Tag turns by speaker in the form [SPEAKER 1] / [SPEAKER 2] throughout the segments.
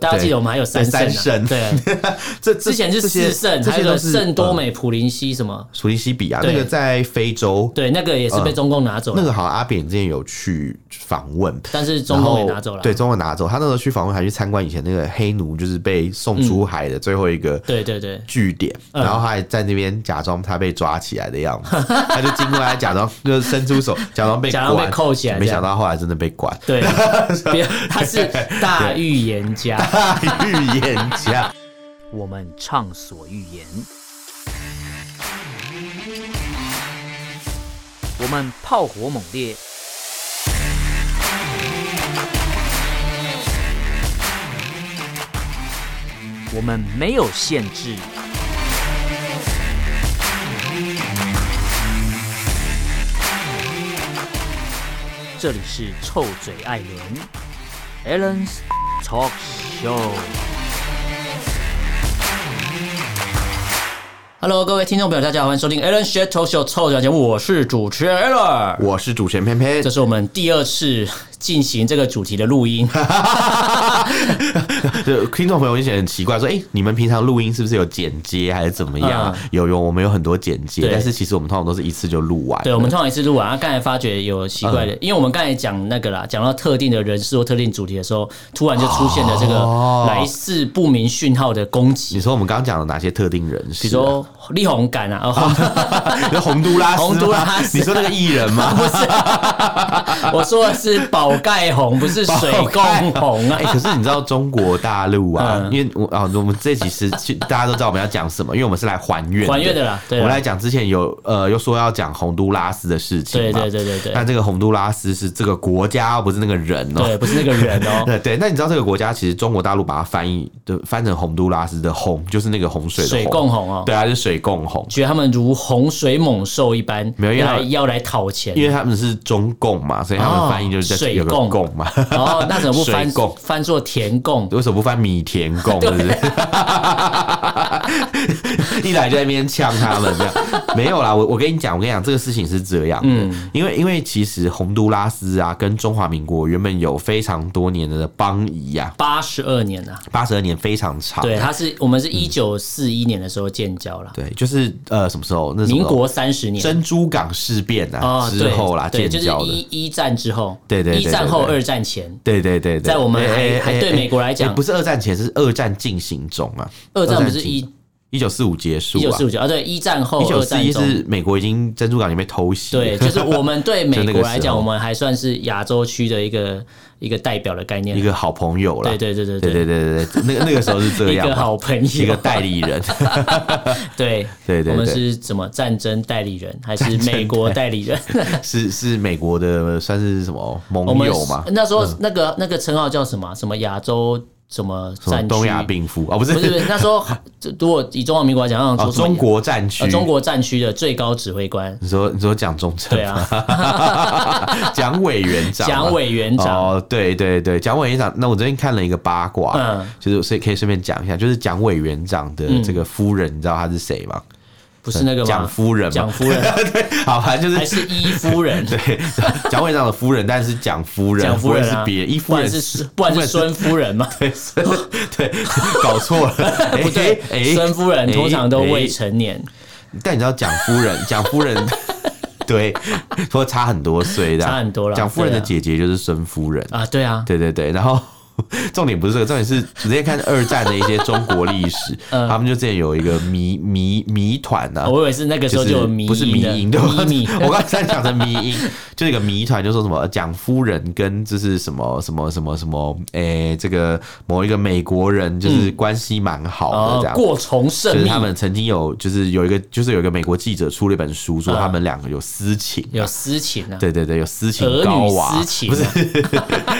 [SPEAKER 1] 大家记得我们还有三
[SPEAKER 2] 对
[SPEAKER 1] 胜、啊，
[SPEAKER 2] 三
[SPEAKER 1] 对，
[SPEAKER 2] 这这
[SPEAKER 1] 之前是
[SPEAKER 2] 这些
[SPEAKER 1] 四胜，
[SPEAKER 2] 这
[SPEAKER 1] 还有
[SPEAKER 2] 些
[SPEAKER 1] 一
[SPEAKER 2] 都
[SPEAKER 1] 个
[SPEAKER 2] 是
[SPEAKER 1] 圣多
[SPEAKER 2] 呃
[SPEAKER 1] 美普林西什么，
[SPEAKER 2] 普林西比亚
[SPEAKER 1] 对
[SPEAKER 2] 那个在非洲，
[SPEAKER 1] 对，那个也是被中共拿走
[SPEAKER 2] 那
[SPEAKER 1] 了，
[SPEAKER 2] 个好像阿扁之前有去访问。
[SPEAKER 1] 但是中
[SPEAKER 2] 然后
[SPEAKER 1] 共也拿走了，
[SPEAKER 2] 对，中共拿走。他那时候去访问，还去参观以前那个黑奴，就是被送出海的最后一个
[SPEAKER 1] 嗯对对对，
[SPEAKER 2] 据点，
[SPEAKER 1] 嗯
[SPEAKER 2] 然后他还在那边假装他被抓起来的样子， 他就经过来假装就是伸出手，假装 被
[SPEAKER 1] 假装被
[SPEAKER 2] 关
[SPEAKER 1] 扣起来
[SPEAKER 2] 没
[SPEAKER 1] 这样
[SPEAKER 2] 想到后来真的被关，
[SPEAKER 1] 对， 别，他是大预言家，
[SPEAKER 2] 预言家。
[SPEAKER 3] 我们畅所欲言；我们炮火猛烈；我们没有限制。这里是臭嘴艾伦 a l l e n s Talk Show。
[SPEAKER 1] Hello，各位听众朋友，大家好，欢迎收听 Alan s h a t o Show 臭脚节目，我是主持人 Alan。
[SPEAKER 2] 我是主持人偏偏
[SPEAKER 1] 这，是我们第二次进行这个主题的录音，
[SPEAKER 2] 就听众朋友就觉得很奇怪，说：“哎、你们平常录音是不是有剪接还是怎么样？”
[SPEAKER 1] 嗯
[SPEAKER 2] 有有，我们有很多剪接，
[SPEAKER 1] 对
[SPEAKER 2] 但是其实我们通常都是一次就录完。
[SPEAKER 1] 对我们通常一次录完，啊刚才发觉有奇怪的，因为我们刚才讲那个啦，讲到特定的人事或特定主题的时候，突然就出现了这个
[SPEAKER 2] 哦啊
[SPEAKER 1] 来自不明讯号的攻击
[SPEAKER 2] 你，说我们刚刚讲了哪些特定人士、
[SPEAKER 1] 比如说力宏感啊，哦
[SPEAKER 2] 你说洪都拉斯吗，啊
[SPEAKER 1] 洪都拉斯啊
[SPEAKER 2] 你说那个艺人 吗？
[SPEAKER 1] 不是，我说的是宝盖红，不是水共红啊
[SPEAKER 2] 哎、。可是你知道中国大陆啊，
[SPEAKER 1] 嗯
[SPEAKER 2] 因为我啊，我们这几十其大家都知道我们要讲什么，因为我们是来还愿
[SPEAKER 1] 还愿的啦对啊
[SPEAKER 2] 我们来讲之前有呃，又说要讲洪都拉斯的事情
[SPEAKER 1] 对
[SPEAKER 2] 嘛，
[SPEAKER 1] 对对对对
[SPEAKER 2] 那这个洪都拉斯是这个国家，不是那个人哦、
[SPEAKER 1] 对，不是那个人哦。
[SPEAKER 2] 对对，那你知道这个国家其实中国大陆把它翻译的翻成洪都拉斯的洪，就是那个洪水的洪
[SPEAKER 1] 水共红哦
[SPEAKER 2] 对啊，它是水共洪，
[SPEAKER 1] 觉得他们如洪水猛兽一般，
[SPEAKER 2] 没有因为他
[SPEAKER 1] 来要来讨钱
[SPEAKER 2] 因。为他们是中共嘛，所以他
[SPEAKER 1] 哦
[SPEAKER 2] 们翻译就是在
[SPEAKER 1] 水
[SPEAKER 2] 有个
[SPEAKER 1] 共
[SPEAKER 2] 共嘛。
[SPEAKER 1] 哦，那怎么不翻
[SPEAKER 2] 水共
[SPEAKER 1] 翻做田共？
[SPEAKER 2] 为什么不翻米田共？是不 是？一来就在那边呛他们这样，没有啦。我我跟你讲，我跟你讲，这个事情是这样的，
[SPEAKER 1] 嗯
[SPEAKER 2] 因为因为其实洪都拉斯啊，跟中华民国原本有非常多年的邦谊啊，
[SPEAKER 1] 八十二年啊，
[SPEAKER 2] 八十二年非常长。
[SPEAKER 1] 对，他是我们是一九四一年的时候建交了，
[SPEAKER 2] 对就是呃什么时候？那什么
[SPEAKER 1] 民
[SPEAKER 2] 时候
[SPEAKER 1] 国三十年。
[SPEAKER 2] 珍珠港事变啊
[SPEAKER 1] 哦，
[SPEAKER 2] 之后啦，
[SPEAKER 1] 对，
[SPEAKER 2] 建
[SPEAKER 1] 对就是
[SPEAKER 2] 交的。
[SPEAKER 1] 一一战之后，
[SPEAKER 2] 对对对
[SPEAKER 1] 一
[SPEAKER 2] 对
[SPEAKER 1] 战后
[SPEAKER 2] 对
[SPEAKER 1] 二战前，
[SPEAKER 2] 对对对对，
[SPEAKER 1] 在我们还
[SPEAKER 2] 哎哎
[SPEAKER 1] 还
[SPEAKER 2] 哎
[SPEAKER 1] 对
[SPEAKER 2] 哎
[SPEAKER 1] 美国来
[SPEAKER 2] 哎
[SPEAKER 1] 讲
[SPEAKER 2] 不是二战前，是二战进行中啊。
[SPEAKER 1] 二战不是一
[SPEAKER 2] 一九四五结束
[SPEAKER 1] 一九
[SPEAKER 2] 啊
[SPEAKER 1] 四，五九啊，对，一战后
[SPEAKER 2] 一九
[SPEAKER 1] 二
[SPEAKER 2] 四
[SPEAKER 1] 战
[SPEAKER 2] 一
[SPEAKER 1] 中，
[SPEAKER 2] 是美国已经珍珠港里面偷袭，
[SPEAKER 1] 对，就是我们对
[SPEAKER 2] 就
[SPEAKER 1] 美
[SPEAKER 2] 那个
[SPEAKER 1] 国来
[SPEAKER 2] 时
[SPEAKER 1] 讲，
[SPEAKER 2] 候
[SPEAKER 1] 我们还算是亚洲区的一个一个代表的概念
[SPEAKER 2] 一，个好朋友啦。
[SPEAKER 1] 对对对对
[SPEAKER 2] 对对对对对，那个那个时候是这
[SPEAKER 1] 一
[SPEAKER 2] 样嘛，
[SPEAKER 1] 个好朋友，
[SPEAKER 2] 一个代理人，
[SPEAKER 1] 对
[SPEAKER 2] 对对对
[SPEAKER 1] 我们是怎么战争代理 人还是美国代理人？
[SPEAKER 2] 是是美国的算是什么
[SPEAKER 1] 我
[SPEAKER 2] 盟
[SPEAKER 1] 们
[SPEAKER 2] 友嘛？
[SPEAKER 1] 那时候那个那个称号叫什么？什么亚洲什么
[SPEAKER 2] 什么
[SPEAKER 1] 战区？
[SPEAKER 2] 东亚病夫哦，不是
[SPEAKER 1] 不是不是，那时 候就如果以中华民国来讲，好像
[SPEAKER 2] 哦，
[SPEAKER 1] 说什么
[SPEAKER 2] 中国战区
[SPEAKER 1] 呃，中国战区的最高指挥 官，
[SPEAKER 2] 你说你说蒋中正
[SPEAKER 1] 对啊，
[SPEAKER 2] 蒋委员长嘛，
[SPEAKER 1] 蒋委员长，
[SPEAKER 2] 哦，对对对，蒋委员长。那我昨天看了一个八卦，
[SPEAKER 1] 嗯
[SPEAKER 2] 就是所以可以顺便讲一下，就是蒋委员长的这个夫人，你知道她是谁吗？
[SPEAKER 1] 不是那个吗
[SPEAKER 2] 蒋夫人嘛
[SPEAKER 1] 蒋夫人
[SPEAKER 2] 对，好，反正就
[SPEAKER 1] 还
[SPEAKER 2] 是。
[SPEAKER 1] 是伊夫人？
[SPEAKER 2] 对，蒋委员长的夫人，但是蒋夫人，
[SPEAKER 1] 蒋夫人
[SPEAKER 2] 不会
[SPEAKER 1] 啊，
[SPEAKER 2] 是别一
[SPEAKER 1] 不
[SPEAKER 2] 夫
[SPEAKER 1] 然
[SPEAKER 2] 人
[SPEAKER 1] 是不然是孙夫人嘛？
[SPEAKER 2] 对孙对， 搞错了，哎
[SPEAKER 1] 不对，孙夫人通常都未。
[SPEAKER 2] 哎
[SPEAKER 1] 成年，
[SPEAKER 2] 哎但你知道蒋夫人， 蒋夫人对，说差很多岁的，
[SPEAKER 1] 差很多啦
[SPEAKER 2] 蒋夫人的
[SPEAKER 1] 对
[SPEAKER 2] 姐姐就是孙夫人，
[SPEAKER 1] 啊，对啊，
[SPEAKER 2] 对对对， 然后重点不是这个，重点是直接看二战的一些中国历史，
[SPEAKER 1] 嗯
[SPEAKER 2] 他们就之前有一个谜谜谜团啊。
[SPEAKER 1] 我以为是那个时候
[SPEAKER 2] 就是
[SPEAKER 1] 就有迷
[SPEAKER 2] 不是迷
[SPEAKER 1] 音
[SPEAKER 2] 音，
[SPEAKER 1] 的
[SPEAKER 2] 对吧
[SPEAKER 1] 迷 迷
[SPEAKER 2] 我刚才讲成迷音，就一个谜团，就说什么蒋夫人跟就是什么什么什么什么，诶、这个某一个美国人就是关系蛮好的
[SPEAKER 1] 哦
[SPEAKER 2] 呃这，样。
[SPEAKER 1] 过从
[SPEAKER 2] 就
[SPEAKER 1] 甚
[SPEAKER 2] 是
[SPEAKER 1] 密
[SPEAKER 2] 他，们曾经有，就是有一个，就是有一个美国记者出了一本书，说
[SPEAKER 1] 嗯
[SPEAKER 2] 他们两个有私情啊、
[SPEAKER 1] 有私情啊，
[SPEAKER 2] 对对对，有私情
[SPEAKER 1] 儿
[SPEAKER 2] 高
[SPEAKER 1] 女
[SPEAKER 2] 娃，
[SPEAKER 1] 私情啊
[SPEAKER 2] 不是？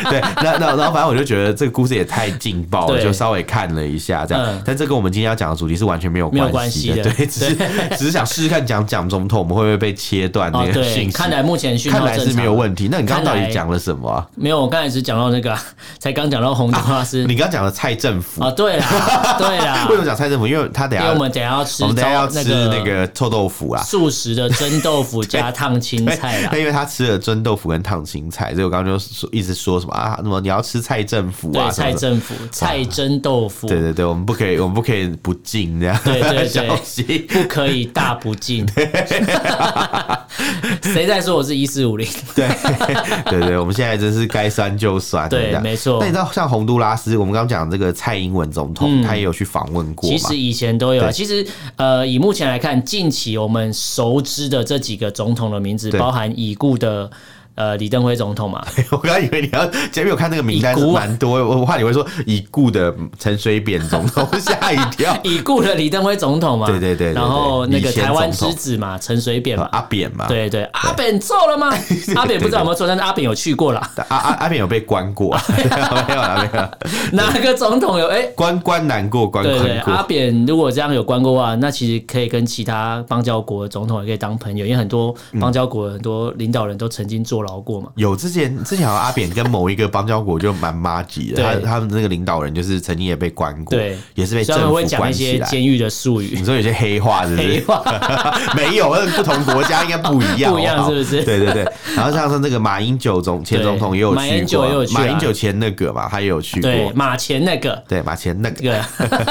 [SPEAKER 2] 对， 那那然后反正我就觉得这个故事也太劲爆了，
[SPEAKER 1] 对
[SPEAKER 2] 就稍微看了一下这样，
[SPEAKER 1] 嗯
[SPEAKER 2] 但这跟我们今天要讲的主题是完全没有
[SPEAKER 1] 没有
[SPEAKER 2] 系
[SPEAKER 1] 关系的
[SPEAKER 2] 对，只是 只是想试试看讲蒋总统我们会不会被切断那
[SPEAKER 1] 哦，
[SPEAKER 2] 个
[SPEAKER 1] 对，
[SPEAKER 2] 信息。
[SPEAKER 1] 看来目前讯
[SPEAKER 2] 看
[SPEAKER 1] 号
[SPEAKER 2] 来
[SPEAKER 1] 正
[SPEAKER 2] 是
[SPEAKER 1] 常，
[SPEAKER 2] 没有问题。那你刚刚到
[SPEAKER 1] 看
[SPEAKER 2] 底
[SPEAKER 1] 来
[SPEAKER 2] 讲了什么啊、
[SPEAKER 1] 没有，我刚才只讲到那个 啊，才刚讲到洪都拉斯
[SPEAKER 2] 你刚刚讲了蔡政府，
[SPEAKER 1] 啊，对啦， 对啦
[SPEAKER 2] 为，什么讲蔡政府？因为他等
[SPEAKER 1] 因
[SPEAKER 2] 下
[SPEAKER 1] 为我们等一下要吃
[SPEAKER 2] 我们等下要
[SPEAKER 1] 糟
[SPEAKER 2] 吃那个臭豆腐啊。
[SPEAKER 1] 素食的蒸豆腐 加烫青菜啦
[SPEAKER 2] 那。因为他吃了蒸豆腐跟烫青菜，所以我刚刚就说一直说什么啊，什么你要吃蔡政府
[SPEAKER 1] 对
[SPEAKER 2] 啊，什
[SPEAKER 1] 蔡
[SPEAKER 2] 么的。
[SPEAKER 1] 政府、蔡真豆腐，
[SPEAKER 2] 对对对，我们不可以，我们不可以不敬这样，
[SPEAKER 1] 对 对对
[SPEAKER 2] 小心。
[SPEAKER 1] 不可以大不敬。 谁在说我是一四五零？
[SPEAKER 2] 对对 对，我们现在真是该酸就酸，
[SPEAKER 1] 对
[SPEAKER 2] 这样
[SPEAKER 1] 没错
[SPEAKER 2] 那你知道像洪都拉斯，我们刚刚讲这个蔡英文总统，他也有去访问
[SPEAKER 1] 嗯
[SPEAKER 2] 过
[SPEAKER 1] 其
[SPEAKER 2] 嘛
[SPEAKER 1] 实？以前都有啊。
[SPEAKER 2] 对
[SPEAKER 1] 其实呃，以目前来看，近期我们熟知的这几个总统的名字，
[SPEAKER 2] 对
[SPEAKER 1] 包含已故的呃李登辉总统 嘛，
[SPEAKER 2] 我刚刚以为你要前面有看那个名单
[SPEAKER 1] 已
[SPEAKER 2] 是
[SPEAKER 1] 故啊
[SPEAKER 2] 蛮多，我我怕你会说已故的陈水扁总统， 吓一跳。
[SPEAKER 1] 已故的李登辉总统嘛，
[SPEAKER 2] 对对对对
[SPEAKER 1] 然后
[SPEAKER 2] 对
[SPEAKER 1] 那个
[SPEAKER 2] 李显
[SPEAKER 1] 台湾
[SPEAKER 2] 总统啊
[SPEAKER 1] 之子嘛，陈水扁嘛。
[SPEAKER 2] 阿扁嘛，
[SPEAKER 1] 对对，阿扁做了 吗？阿扁不知道有没有做，但是阿扁有去过啦。
[SPEAKER 2] 阿阿阿扁有被关过，啊 没有啦没有啦没有啦，
[SPEAKER 1] 哪个总统有？哎、
[SPEAKER 2] 关关难过关
[SPEAKER 1] 对对，
[SPEAKER 2] 关
[SPEAKER 1] 阿
[SPEAKER 2] 过，
[SPEAKER 1] 扁如果这样有关过话，那其实可以跟其他邦交国的总统也可以当朋友，因为很多邦交国的很多领导人都曾经坐牢过嘛。
[SPEAKER 2] 有之前之前好像阿扁跟某一个邦交国就蛮妈吉的，
[SPEAKER 1] 对
[SPEAKER 2] 他他们那个领导人就是曾经也被关过，
[SPEAKER 1] 对
[SPEAKER 2] 也是被
[SPEAKER 1] 所
[SPEAKER 2] 政
[SPEAKER 1] 以他们
[SPEAKER 2] 府
[SPEAKER 1] 会讲
[SPEAKER 2] 关
[SPEAKER 1] 一
[SPEAKER 2] 起
[SPEAKER 1] 些
[SPEAKER 2] 来。
[SPEAKER 1] 监狱的术语
[SPEAKER 2] 你。说有些黑话是不
[SPEAKER 1] 黑
[SPEAKER 2] 是？
[SPEAKER 1] 话
[SPEAKER 2] 没有，那不同国家应该不一 样，
[SPEAKER 1] 不一样
[SPEAKER 2] 好好
[SPEAKER 1] 是不是
[SPEAKER 2] 对对对。然后像是那个马英九总前总统也有去过，
[SPEAKER 1] 对马英九也有去啊
[SPEAKER 2] 马英九前那个嘛，他也有去
[SPEAKER 1] 对
[SPEAKER 2] 过，，
[SPEAKER 1] 马前那个
[SPEAKER 2] 对马前那
[SPEAKER 1] 这
[SPEAKER 2] 个，
[SPEAKER 1] 个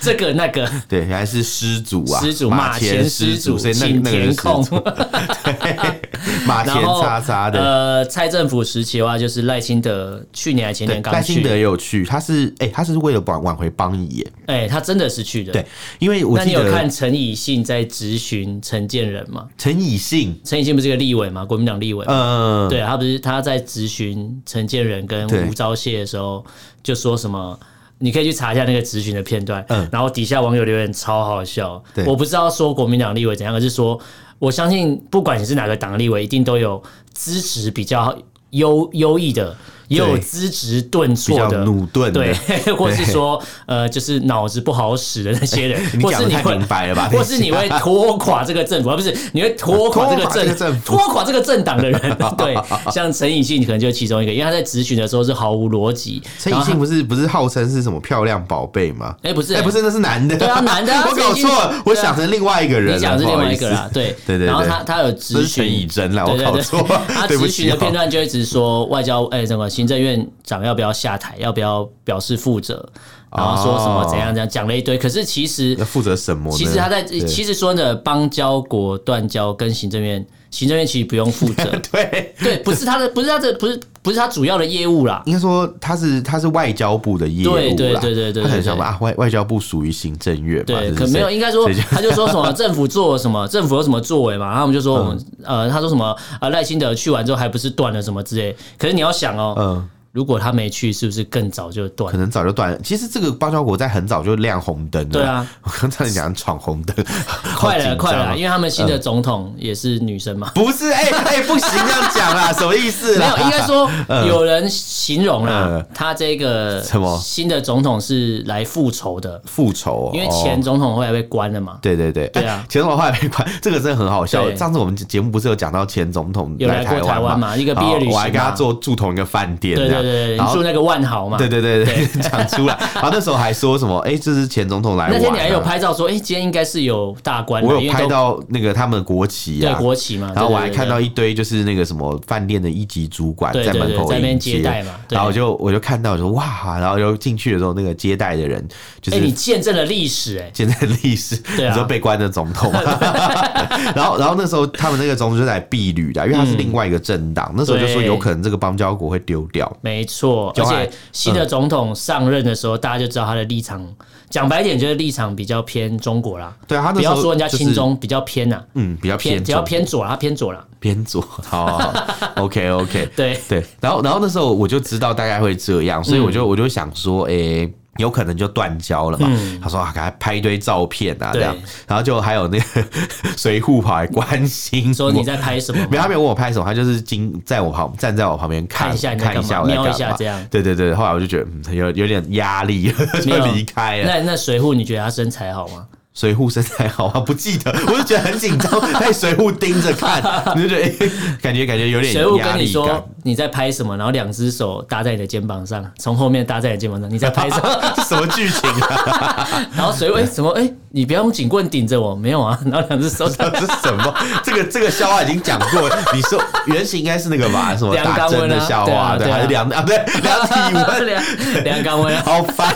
[SPEAKER 1] 这个 那 个
[SPEAKER 2] 对，原来是失祖啊，
[SPEAKER 1] 失主
[SPEAKER 2] 马
[SPEAKER 1] 马前
[SPEAKER 2] 失
[SPEAKER 1] 失主
[SPEAKER 2] 所以那
[SPEAKER 1] 请
[SPEAKER 2] 那个
[SPEAKER 1] 填
[SPEAKER 2] 人是失主，
[SPEAKER 1] 空
[SPEAKER 2] 对，马前
[SPEAKER 1] 然后
[SPEAKER 2] 叉叉的。
[SPEAKER 1] 呃，蔡政府时期的话，就是赖清德去年还前
[SPEAKER 2] 对，
[SPEAKER 1] 年
[SPEAKER 2] 赖
[SPEAKER 1] 刚
[SPEAKER 2] 清德
[SPEAKER 1] 去，
[SPEAKER 2] 也有去，他是哎、他是为了挽挽回邦谊耶，
[SPEAKER 1] 哎，他真的是去的。
[SPEAKER 2] 对，，因为我
[SPEAKER 1] 那你
[SPEAKER 2] 记
[SPEAKER 1] 有看
[SPEAKER 2] 得
[SPEAKER 1] 陈以信在质询陈建仁吗？
[SPEAKER 2] 陈以信，
[SPEAKER 1] 陈以信不是个立委吗？国民党立委。
[SPEAKER 2] 呃，
[SPEAKER 1] 对他不是他在质询陈建仁跟
[SPEAKER 2] 对
[SPEAKER 1] 吴钊燮的时候，就说什么？你可以去查一下那个质询的片段，然后底下网友留言超好笑
[SPEAKER 2] 嗯对。
[SPEAKER 1] 我不知道说国民党立委怎样，而是说我相信不管你是哪个党立委，一定都有资质比较优优异的，也有
[SPEAKER 2] 对
[SPEAKER 1] 资质顿
[SPEAKER 2] 比
[SPEAKER 1] 挫
[SPEAKER 2] 较
[SPEAKER 1] 的。
[SPEAKER 2] 努顿的
[SPEAKER 1] 对， 或是说呃，就是脑子不好使的那些人，
[SPEAKER 2] 你
[SPEAKER 1] 或
[SPEAKER 2] 讲
[SPEAKER 1] 是
[SPEAKER 2] 的
[SPEAKER 1] 你
[SPEAKER 2] 太
[SPEAKER 1] 会
[SPEAKER 2] 明白了吧？
[SPEAKER 1] 啊或是你会拖垮这个政府，而不是你会拖垮这个
[SPEAKER 2] 拖垮这个
[SPEAKER 1] 政
[SPEAKER 2] 政府
[SPEAKER 1] 拖垮这个政党的人。对，像陈以信可能就是其中一个，因为他在质询的时候是毫无逻辑。
[SPEAKER 2] 陈以信不是不是号称是什么漂亮宝贝吗？
[SPEAKER 1] 哎不是
[SPEAKER 2] 哎、
[SPEAKER 1] 哎
[SPEAKER 2] 不是，那是男的。
[SPEAKER 1] 对啊男的啊
[SPEAKER 2] 我搞
[SPEAKER 1] 陈以信
[SPEAKER 2] 错了，我
[SPEAKER 1] 对啊
[SPEAKER 2] 想成另外一个人了。
[SPEAKER 1] 你讲的是另外一个
[SPEAKER 2] 不好
[SPEAKER 1] 啦
[SPEAKER 2] 意，思
[SPEAKER 1] 对
[SPEAKER 2] 对对对
[SPEAKER 1] 然后他他有质
[SPEAKER 2] 这是陈以
[SPEAKER 1] 询，
[SPEAKER 2] 真啦，我
[SPEAKER 1] 对对
[SPEAKER 2] 搞错
[SPEAKER 1] 对
[SPEAKER 2] 了，，
[SPEAKER 1] 他
[SPEAKER 2] 对不
[SPEAKER 1] 质
[SPEAKER 2] 起
[SPEAKER 1] 询
[SPEAKER 2] 哦
[SPEAKER 1] 的片段就一直说外交哎什么行政院长要不要下台，要不要表示负责，然后说什
[SPEAKER 2] 哦
[SPEAKER 1] 么怎样怎样，讲了一堆。可是其实
[SPEAKER 2] 要负责什么呢？
[SPEAKER 1] 其实他在，
[SPEAKER 2] 对
[SPEAKER 1] 其实说呢，邦交国断交跟行政院，行政院其实不用负责，
[SPEAKER 2] 对，
[SPEAKER 1] 对，不是他的，不是他的，不是不是他主要的业务啦。
[SPEAKER 2] 应该说他是他是外交部的业务啦，
[SPEAKER 1] 对对对对对对
[SPEAKER 2] 他很想
[SPEAKER 1] 对
[SPEAKER 2] 把啊外外交部属于行政院嘛，
[SPEAKER 1] 对，
[SPEAKER 2] 是不
[SPEAKER 1] 可
[SPEAKER 2] 是
[SPEAKER 1] 没有，应该说
[SPEAKER 2] 谁叫
[SPEAKER 1] 他就说什 么政府做了什么，政府有什么作为嘛，然后我们就说我们、
[SPEAKER 2] 嗯
[SPEAKER 1] 呃，他说什么呃，赖清德去完之后还不是断了什么之类，可是你要想哦，
[SPEAKER 2] 嗯。
[SPEAKER 1] 如果他没去，是不是更早就断
[SPEAKER 2] 可？能早就断了。其实这个邦交国在很早就亮红灯了。
[SPEAKER 1] 对啊，
[SPEAKER 2] 我刚才讲闯红灯，好
[SPEAKER 1] 快了
[SPEAKER 2] 紧张
[SPEAKER 1] 快
[SPEAKER 2] 哦
[SPEAKER 1] 了，因为他们新的总统也是女生 嘛。
[SPEAKER 2] 不是，哎、哎、不行这样 讲啦，什么意思
[SPEAKER 1] 没
[SPEAKER 2] 啦？
[SPEAKER 1] 有，应该说有人形容啦
[SPEAKER 2] 嗯，
[SPEAKER 1] 他这个
[SPEAKER 2] 什么
[SPEAKER 1] 新的总统是来复仇的，
[SPEAKER 2] 复仇哦，
[SPEAKER 1] 因为前总统后来被关了嘛。
[SPEAKER 2] 对对对，
[SPEAKER 1] 对啊
[SPEAKER 2] 哎前总统后来没管， 这个真的很好笑。
[SPEAKER 1] 对
[SPEAKER 2] 上次我们节目不是有讲到前总统
[SPEAKER 1] 有来过
[SPEAKER 2] 台
[SPEAKER 1] 台湾
[SPEAKER 2] 嘛？
[SPEAKER 1] 嘛一个毕业旅行
[SPEAKER 2] 然后我还跟他
[SPEAKER 1] 嘛
[SPEAKER 2] 做住同一个饭店，
[SPEAKER 1] 对
[SPEAKER 2] 这样
[SPEAKER 1] 对对，
[SPEAKER 2] 然
[SPEAKER 1] 你
[SPEAKER 2] 后
[SPEAKER 1] 住那个万豪嘛。
[SPEAKER 2] 对对对对， 讲出来。然后那时候还说什么？哎，这是前总统来玩啊，
[SPEAKER 1] 那天你还有拍照说，哎、今天应该是有大关的，
[SPEAKER 2] 我
[SPEAKER 1] 因
[SPEAKER 2] 有
[SPEAKER 1] 为
[SPEAKER 2] 拍
[SPEAKER 1] 都
[SPEAKER 2] 到那个他们的国旗
[SPEAKER 1] 对
[SPEAKER 2] 啊，
[SPEAKER 1] 国旗嘛，
[SPEAKER 2] 然后
[SPEAKER 1] 对
[SPEAKER 2] 我还看到。
[SPEAKER 1] 对对对
[SPEAKER 2] 一堆就是那个什么饭店的一级主管
[SPEAKER 1] 对
[SPEAKER 2] 在门
[SPEAKER 1] 对对
[SPEAKER 2] 口
[SPEAKER 1] 在那边
[SPEAKER 2] 迎
[SPEAKER 1] 接待嘛对
[SPEAKER 2] 然后我就我就看到我说哇，然后就进去的时候，那个接待的人就
[SPEAKER 1] 哎、你
[SPEAKER 2] 是
[SPEAKER 1] 见证了历史哎、
[SPEAKER 2] 现在历史，
[SPEAKER 1] 对啊
[SPEAKER 2] 你说被关的 总统，然后然后那时候他们那个总统就来避旅啊的，因为他是另外一个政党，那时候就说
[SPEAKER 1] 嗯对
[SPEAKER 2] 有可能这个邦交国会丢掉。
[SPEAKER 1] 没错，而
[SPEAKER 2] 就还
[SPEAKER 1] 且新的总统上任的时候，大家就知道他的立场。讲白点，就是立场比较偏中国啦，
[SPEAKER 2] 对啊，他
[SPEAKER 1] 不
[SPEAKER 2] 那时候
[SPEAKER 1] 要说人家
[SPEAKER 2] 就是
[SPEAKER 1] 亲，中，比较偏呐、
[SPEAKER 2] 嗯，比较偏
[SPEAKER 1] 偏只要
[SPEAKER 2] 中
[SPEAKER 1] 偏左啦，他偏左啦。
[SPEAKER 2] 偏左，好好好，OK OK，
[SPEAKER 1] 对，嗯
[SPEAKER 2] 对，然后然后那时候我就知道大概会这样，所以我就、我就想说，诶、有可能就断交了嘛？他说啊，给他拍一堆照片啊，
[SPEAKER 1] 嗯
[SPEAKER 2] 这
[SPEAKER 1] 对
[SPEAKER 2] 样，然后就还有那个 随护跑来关心
[SPEAKER 1] 说
[SPEAKER 2] 我
[SPEAKER 1] 你在拍什么
[SPEAKER 2] 没有，啊
[SPEAKER 1] 吗？
[SPEAKER 2] 他没有问我拍什么，他就是经在我旁站在我旁边看
[SPEAKER 1] 看一下你在
[SPEAKER 2] 看一
[SPEAKER 1] 干
[SPEAKER 2] 下
[SPEAKER 1] 嘛
[SPEAKER 2] 我在干
[SPEAKER 1] 瞄一下
[SPEAKER 2] 嘛
[SPEAKER 1] 这样
[SPEAKER 2] 对对对，后来我就觉得嗯，有有点压力了，
[SPEAKER 1] 没
[SPEAKER 2] 就
[SPEAKER 1] 有
[SPEAKER 2] 离开了。
[SPEAKER 1] 那那水户，你觉得他身材好吗？
[SPEAKER 2] 水户身材好啊，不记得，我就觉得很紧张， 被水户盯着看，你就觉得、欸感觉感觉有点
[SPEAKER 1] 水户
[SPEAKER 2] 压
[SPEAKER 1] 跟你
[SPEAKER 2] 力感
[SPEAKER 1] 说。你在拍什么，然后两只手搭在你的肩膀上，从后面搭在你的肩膀上，你在拍什么？
[SPEAKER 2] 这什么剧情啊？
[SPEAKER 1] 然后水户哎、怎么哎、你不要用警棍顶着我，没有啊， 然后两只手搭
[SPEAKER 2] 这是什么？这个这个笑话已经讲过了。你说原型应该是那个吧？什么
[SPEAKER 1] 梁
[SPEAKER 2] 打
[SPEAKER 1] 刚
[SPEAKER 2] 针
[SPEAKER 1] 温啊
[SPEAKER 2] 的笑
[SPEAKER 1] 对
[SPEAKER 2] 话？
[SPEAKER 1] 啊
[SPEAKER 2] 对，
[SPEAKER 1] 对啊
[SPEAKER 2] 还是梁啊？不对，梁 体
[SPEAKER 1] 量
[SPEAKER 2] 温，
[SPEAKER 1] 量肛温啊。
[SPEAKER 2] 好烦，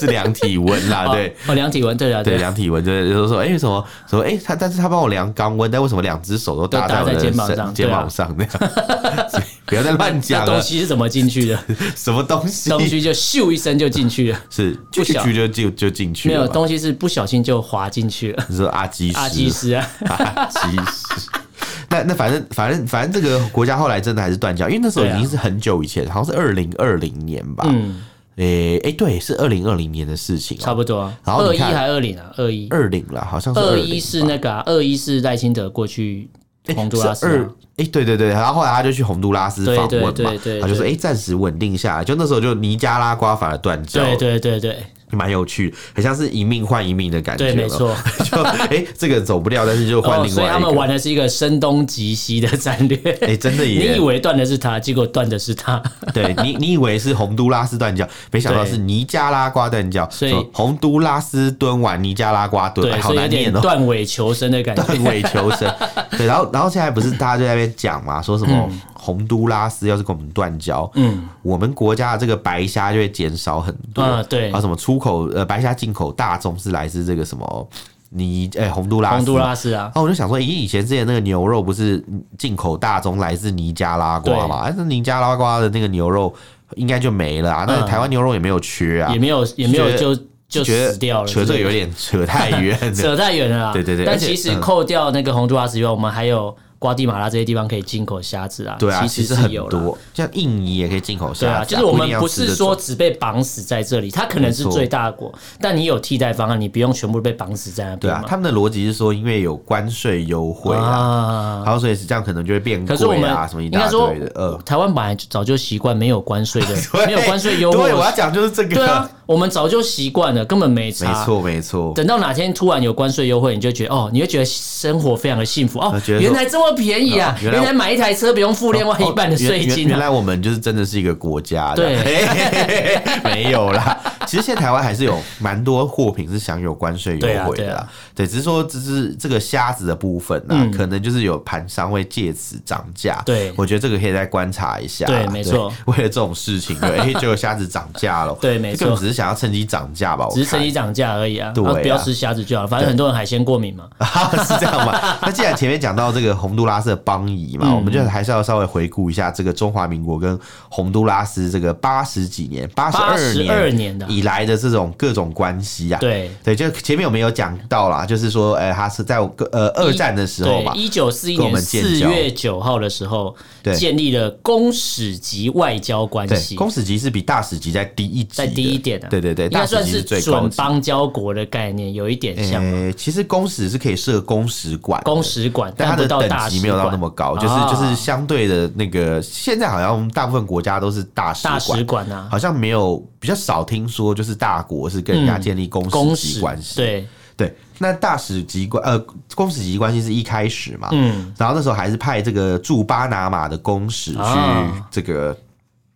[SPEAKER 2] 是量体温啦。 对，
[SPEAKER 1] 哦，量体温，对啊，
[SPEAKER 2] 对，
[SPEAKER 1] 啊
[SPEAKER 2] 量体温就是就是说，哎、什么什么，哎、他但是他帮我量肛温，但为什么两只手都搭
[SPEAKER 1] 都搭
[SPEAKER 2] 我的
[SPEAKER 1] 在肩膀
[SPEAKER 2] 身
[SPEAKER 1] 上
[SPEAKER 2] 肩
[SPEAKER 1] 对啊
[SPEAKER 2] 膀上那样？ 所以不要再乱
[SPEAKER 1] 那
[SPEAKER 2] 讲
[SPEAKER 1] 东
[SPEAKER 2] 了，
[SPEAKER 1] 西是怎么进去 的？
[SPEAKER 2] 什么东西？
[SPEAKER 1] 东西就咻一声就进 去了，
[SPEAKER 2] 是就
[SPEAKER 1] 小
[SPEAKER 2] 去就就就进去
[SPEAKER 1] 没有
[SPEAKER 2] 了吧。
[SPEAKER 1] 东西是不小心就滑进去了。
[SPEAKER 2] 你说阿基师，
[SPEAKER 1] 阿基师 啊，
[SPEAKER 2] 阿基师。 那那反正反正反正这个国家后来真的还是断交，因为那时候已
[SPEAKER 1] 对啊
[SPEAKER 2] 经是很久以前，好像是二零二零年吧。
[SPEAKER 1] 嗯，
[SPEAKER 2] 诶、诶、对，是二零二零年的事情、
[SPEAKER 1] 差
[SPEAKER 2] 多
[SPEAKER 1] 不多啊。
[SPEAKER 2] 然后
[SPEAKER 1] 二
[SPEAKER 2] 你
[SPEAKER 1] 一
[SPEAKER 2] 看
[SPEAKER 1] 还二零啊？二一，
[SPEAKER 2] 二零了，好像是
[SPEAKER 1] 二
[SPEAKER 2] 20
[SPEAKER 1] 一
[SPEAKER 2] 吧
[SPEAKER 1] 是那个啊，二一是赖清德过去洪都拉斯
[SPEAKER 2] 二
[SPEAKER 1] 啊。
[SPEAKER 2] 哎、对对对，然后后来他就去洪都拉斯
[SPEAKER 1] 对
[SPEAKER 2] 访问嘛，
[SPEAKER 1] 对对对
[SPEAKER 2] 他就说哎，
[SPEAKER 1] 对
[SPEAKER 2] 诶暂、时稳定下来，就那时候就尼加拉瓜反而断交，
[SPEAKER 1] 对对对对
[SPEAKER 2] 蛮有趣，很像是一命换一命的感觉，
[SPEAKER 1] 对，没，错。
[SPEAKER 2] 就哎、诶这个走不掉，但是就换
[SPEAKER 1] 哦，
[SPEAKER 2] 另
[SPEAKER 1] 所以
[SPEAKER 2] 外
[SPEAKER 1] 他
[SPEAKER 2] 一
[SPEAKER 1] 们
[SPEAKER 2] 个，
[SPEAKER 1] 玩的是一个声东击西的战略。
[SPEAKER 2] 哎、真的
[SPEAKER 1] 你
[SPEAKER 2] 耶，
[SPEAKER 1] 以为断的是他，结果断的是他。
[SPEAKER 2] 对你你以为是洪都拉斯断交，没想到
[SPEAKER 1] 对
[SPEAKER 2] 是尼加拉瓜断交，
[SPEAKER 1] 所以
[SPEAKER 2] 说洪都拉斯蹲完尼加拉瓜蹲，哎
[SPEAKER 1] 对，
[SPEAKER 2] 好
[SPEAKER 1] 所以有
[SPEAKER 2] 难
[SPEAKER 1] 点
[SPEAKER 2] 念哦、
[SPEAKER 1] 断尾求生 的感觉。
[SPEAKER 2] 断尾求生。对，然后然后现在不是大家就在那边讲嘛，说什么
[SPEAKER 1] 嗯
[SPEAKER 2] 洪都拉斯要是跟我们断交，嗯，我们国家的这个白虾就会减少很多。
[SPEAKER 1] 嗯对
[SPEAKER 2] 然后什么出口呃白虾进口大宗是来自这个什么尼哎、洪都拉斯。
[SPEAKER 1] 洪都拉斯啊
[SPEAKER 2] 然，后我就想说，咦，以前之前那个牛肉不是进口大宗来自尼加拉瓜嘛？哎，那尼加拉瓜的那个牛肉应该就没了啊，那
[SPEAKER 1] 嗯
[SPEAKER 2] 台湾牛肉也没有缺啊，
[SPEAKER 1] 也没有也没有
[SPEAKER 2] 觉得
[SPEAKER 1] 就就
[SPEAKER 2] 觉得
[SPEAKER 1] 死掉了，
[SPEAKER 2] 扯这
[SPEAKER 1] 对不
[SPEAKER 2] 个有
[SPEAKER 1] 对
[SPEAKER 2] 点扯太远 了。
[SPEAKER 1] 扯太远了啦。
[SPEAKER 2] 对对对而
[SPEAKER 1] 但
[SPEAKER 2] 且
[SPEAKER 1] 其实
[SPEAKER 2] 嗯
[SPEAKER 1] 扣掉那个洪都拉斯以外，我们还有瓜地马拉这些地方可以进口虾子啊。
[SPEAKER 2] 对啊，其
[SPEAKER 1] 其
[SPEAKER 2] 实
[SPEAKER 1] 是
[SPEAKER 2] 很
[SPEAKER 1] 有啦。
[SPEAKER 2] 多，像印尼也可以进口
[SPEAKER 1] 对
[SPEAKER 2] 虾
[SPEAKER 1] 啊，
[SPEAKER 2] 子
[SPEAKER 1] 就是我
[SPEAKER 2] 不一
[SPEAKER 1] 们
[SPEAKER 2] 定要
[SPEAKER 1] 不
[SPEAKER 2] 吃
[SPEAKER 1] 是
[SPEAKER 2] 这
[SPEAKER 1] 说
[SPEAKER 2] 种
[SPEAKER 1] 只被绑死在这里，它可能是
[SPEAKER 2] 没错
[SPEAKER 1] 最大国，但你有替代方案，你不用全部被绑死在那
[SPEAKER 2] 对
[SPEAKER 1] 边
[SPEAKER 2] 啊，
[SPEAKER 1] 嘛。
[SPEAKER 2] 他们的逻辑是说，因为有关税优惠啊，
[SPEAKER 1] 啊
[SPEAKER 2] 然后所以是这样，可能就会变
[SPEAKER 1] 可是我
[SPEAKER 2] 贵
[SPEAKER 1] 们
[SPEAKER 2] 啊，什么一
[SPEAKER 1] 应该
[SPEAKER 2] 大
[SPEAKER 1] 说
[SPEAKER 2] 堆的。，呃，
[SPEAKER 1] 台湾本来就早就习惯没有关税的，
[SPEAKER 2] 对
[SPEAKER 1] 没有关税优惠
[SPEAKER 2] 对，。我要讲就是这个，
[SPEAKER 1] 对啊，我们早就习惯了，根本没
[SPEAKER 2] 没
[SPEAKER 1] 差。
[SPEAKER 2] 错没错。
[SPEAKER 1] 等到哪天突然有关税优惠，你就觉得哦，你会觉得生活非常的幸福哦
[SPEAKER 2] 啊，觉得说
[SPEAKER 1] 原来这么便宜啊
[SPEAKER 2] 哦！原
[SPEAKER 1] 原
[SPEAKER 2] 来
[SPEAKER 1] 来买一台车不用付另外一半的税
[SPEAKER 2] 哦原
[SPEAKER 1] 金
[SPEAKER 2] 原原
[SPEAKER 1] 啊！
[SPEAKER 2] 来我们就是真的是一个 国家，
[SPEAKER 1] 对
[SPEAKER 2] 嘿嘿嘿嘿 没有啦。其实现在台湾还是有蛮多货品是享有关税优
[SPEAKER 1] 对啊
[SPEAKER 2] 惠
[SPEAKER 1] 对
[SPEAKER 2] 的啦
[SPEAKER 1] 啊，嗯
[SPEAKER 2] 对，只是说只是这个虾子的部分啊，可能就是有盘商会借此涨价。
[SPEAKER 1] 对
[SPEAKER 2] 我觉得这个可以再观察一下啦。
[SPEAKER 1] 对没错
[SPEAKER 2] 为了这种事情，对，哎，结果虾子涨价 了，
[SPEAKER 1] 对没错
[SPEAKER 2] 根本只是想要趁机涨价吧，我
[SPEAKER 1] 只是
[SPEAKER 2] 看
[SPEAKER 1] 趁机涨价而已啊，
[SPEAKER 2] 对啊啊
[SPEAKER 1] 啊不要吃虾子就好了，反正很多人海鲜过敏嘛。
[SPEAKER 2] 是这样吧？ 那既然前面讲到这个洪都拉斯的邦谊嘛，
[SPEAKER 1] 嗯
[SPEAKER 2] 我们就还是要稍微回顾一下这个中华民国跟洪都拉斯这个八十几年、八十二
[SPEAKER 1] 82年的
[SPEAKER 2] 以来的这种各种关系啊。
[SPEAKER 1] 对
[SPEAKER 2] 对，就前面我们有讲到啦，就是说，呃，他是在我个呃二战的时候嘛
[SPEAKER 1] 对，，一九四一
[SPEAKER 2] 跟我
[SPEAKER 1] 年
[SPEAKER 2] 们建
[SPEAKER 1] 四
[SPEAKER 2] 交
[SPEAKER 1] 月九号的时候
[SPEAKER 2] 对，
[SPEAKER 1] 建立了公使级外交关
[SPEAKER 2] 对，
[SPEAKER 1] 系，
[SPEAKER 2] 公使级是比大使级在低一级
[SPEAKER 1] 在
[SPEAKER 2] 的，
[SPEAKER 1] 低一点啊，
[SPEAKER 2] 对对对，
[SPEAKER 1] 应该
[SPEAKER 2] 大使
[SPEAKER 1] 算
[SPEAKER 2] 级
[SPEAKER 1] 是
[SPEAKER 2] 最高
[SPEAKER 1] 准
[SPEAKER 2] 级。
[SPEAKER 1] 邦交国的概念，有一点像嘛
[SPEAKER 2] 呃，其实公使是可以设公使馆的，
[SPEAKER 1] 公使馆，
[SPEAKER 2] 但它
[SPEAKER 1] 不
[SPEAKER 2] 的
[SPEAKER 1] 到大
[SPEAKER 2] 等级
[SPEAKER 1] 使
[SPEAKER 2] 没有到那
[SPEAKER 1] 馆。
[SPEAKER 2] 么高，就是
[SPEAKER 1] 啊
[SPEAKER 2] 就是相对的那个，现在好像大部分国家都是大使
[SPEAKER 1] 大
[SPEAKER 2] 馆
[SPEAKER 1] 使，馆啊，
[SPEAKER 2] 好像没有比较少听说，就是大国是跟人家建立公
[SPEAKER 1] 嗯公
[SPEAKER 2] 使级
[SPEAKER 1] 使
[SPEAKER 2] 关系。
[SPEAKER 1] 对，
[SPEAKER 2] 对，那大使级关呃公使级关系是一开始嘛，
[SPEAKER 1] 嗯，
[SPEAKER 2] 然后那时候还是派这个驻巴拿马的公使去
[SPEAKER 1] 啊
[SPEAKER 2] 这个，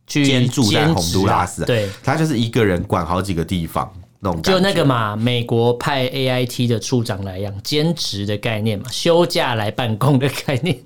[SPEAKER 1] 去
[SPEAKER 2] 兼驻在
[SPEAKER 1] 兼
[SPEAKER 2] 洪
[SPEAKER 1] 职
[SPEAKER 2] 都拉
[SPEAKER 1] 啊
[SPEAKER 2] 斯
[SPEAKER 1] 对，
[SPEAKER 2] 他就是一个人管好几个地方那种感
[SPEAKER 1] 就
[SPEAKER 2] 觉。
[SPEAKER 1] 那个嘛，美国派 AIT 的处长来养兼职的概念嘛，休假来办公的概念。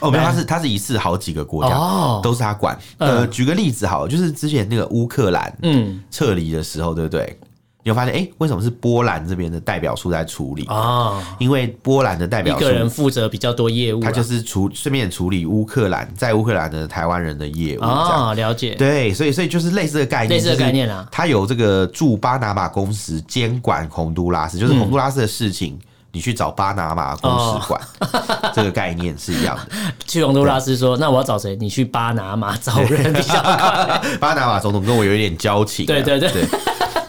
[SPEAKER 2] 哦，没有，他是他是一次好几个国家、
[SPEAKER 1] 哎哦
[SPEAKER 2] 都是他管。
[SPEAKER 1] 嗯
[SPEAKER 2] 呃，举个例子好了，就是之前那个乌克兰，
[SPEAKER 1] 嗯，
[SPEAKER 2] 撤离的时候，对不对？你会发现，哎、为什么是波兰这边的代表处在处理？
[SPEAKER 1] 哦，
[SPEAKER 2] 因为波兰的代
[SPEAKER 1] 一
[SPEAKER 2] 表处
[SPEAKER 1] 个，人负责比较多业务啊啦，
[SPEAKER 2] 啊他就是处顺便处理乌克兰在乌克兰的台湾人的业务，这样。
[SPEAKER 1] 哦，了解，
[SPEAKER 2] 对，所以所以就是类似的概念，
[SPEAKER 1] 类似的概念
[SPEAKER 2] 啊
[SPEAKER 1] 啊。
[SPEAKER 2] 他有这个驻巴拿马公使监管洪都拉斯，就是洪都拉斯的事情，你去找巴拿马公使馆，
[SPEAKER 1] 哦
[SPEAKER 2] 这个概念是一样的。
[SPEAKER 1] 去洪都拉斯说，那我要找谁？你去巴拿马找人比较 快。
[SPEAKER 2] 巴拿马总统跟我有一点交情啊、
[SPEAKER 1] 对对对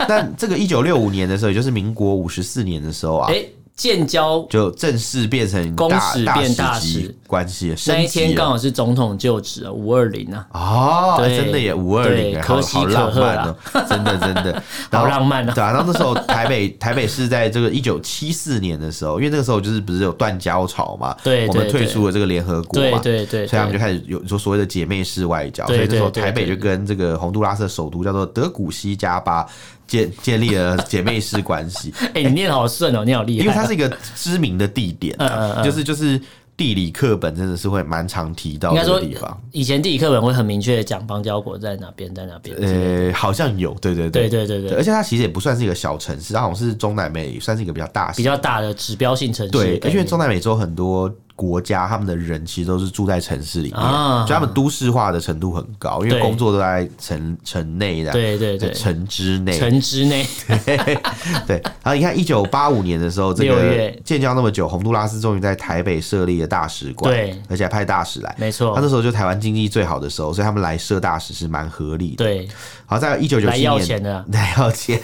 [SPEAKER 2] 那这个一九六五年的时候，也就是民国五十四年的时候啊，
[SPEAKER 1] 哎，建交
[SPEAKER 2] 就正式变成
[SPEAKER 1] 公
[SPEAKER 2] 大
[SPEAKER 1] 使
[SPEAKER 2] 大
[SPEAKER 1] 变大
[SPEAKER 2] 使级
[SPEAKER 1] 使
[SPEAKER 2] 关系了，
[SPEAKER 1] 那一
[SPEAKER 2] 升级
[SPEAKER 1] 天
[SPEAKER 2] 了
[SPEAKER 1] 刚好是总统就职啊，五二零啊，
[SPEAKER 2] 哦，
[SPEAKER 1] 对
[SPEAKER 2] 真的也五二零，
[SPEAKER 1] 对
[SPEAKER 2] 啊好
[SPEAKER 1] 可喜
[SPEAKER 2] 好浪
[SPEAKER 1] 可贺啊
[SPEAKER 2] 漫哦，真的真的，然
[SPEAKER 1] 好
[SPEAKER 2] 后
[SPEAKER 1] 浪漫啊
[SPEAKER 2] 对啊，然后那时候台北 台北是在这个一九七四年的时候，因为那个时候就是不是有断交潮嘛，
[SPEAKER 1] 对
[SPEAKER 2] 我们
[SPEAKER 1] 对
[SPEAKER 2] 退
[SPEAKER 1] 对
[SPEAKER 2] 出了这个联合国
[SPEAKER 1] 对
[SPEAKER 2] 嘛，
[SPEAKER 1] 对对，
[SPEAKER 2] 所以他们
[SPEAKER 1] 对
[SPEAKER 2] 就开始有说所谓的姐妹式外交，所
[SPEAKER 1] 对
[SPEAKER 2] 以那时候
[SPEAKER 1] 对对
[SPEAKER 2] 台北就
[SPEAKER 1] 对
[SPEAKER 2] 跟这个洪都拉斯的首都叫做德古西加巴建建立了姐妹式 关系，
[SPEAKER 1] 哎、你念得好顺哦，你好厉害，
[SPEAKER 2] 因为它是一个知名的地点啊，
[SPEAKER 1] 嗯嗯嗯
[SPEAKER 2] 就是就是地理课本真的是会蛮常提到
[SPEAKER 1] 应该
[SPEAKER 2] 这
[SPEAKER 1] 说
[SPEAKER 2] 个地方。
[SPEAKER 1] 以前地理课本会很明确的讲邦交国在哪边，在哪边之类的。
[SPEAKER 2] 呃，好像有，对对
[SPEAKER 1] 对对对对
[SPEAKER 2] 而且它其实也不算是一个小城市，它好像是中南美算是一个比较大
[SPEAKER 1] 比
[SPEAKER 2] 型
[SPEAKER 1] 较大的指标性城市的
[SPEAKER 2] 对，
[SPEAKER 1] 概念，
[SPEAKER 2] 因为中南美洲很多国家，他们的人其实都是住在城市里面，
[SPEAKER 1] 啊
[SPEAKER 2] 就他们都市化的程度很高，因为
[SPEAKER 1] 对
[SPEAKER 2] 工作都在城城内的，啊
[SPEAKER 1] 对对对
[SPEAKER 2] 城之内。
[SPEAKER 1] 城之 内，
[SPEAKER 2] 对，然后你看，一九八五年的时候，这
[SPEAKER 1] 六
[SPEAKER 2] 个
[SPEAKER 1] 月
[SPEAKER 2] 建交那么久，洪都拉斯终于在台北设立了大使馆，
[SPEAKER 1] 对
[SPEAKER 2] 而且还派大使来。
[SPEAKER 1] 没错
[SPEAKER 2] 他那时候就台湾经济最好的时候，所以他们来设大使是蛮合理的。
[SPEAKER 1] 对，
[SPEAKER 2] 好，在一九九
[SPEAKER 1] 来
[SPEAKER 2] 七
[SPEAKER 1] 要
[SPEAKER 2] 年
[SPEAKER 1] 钱的啊
[SPEAKER 2] 来 要钱。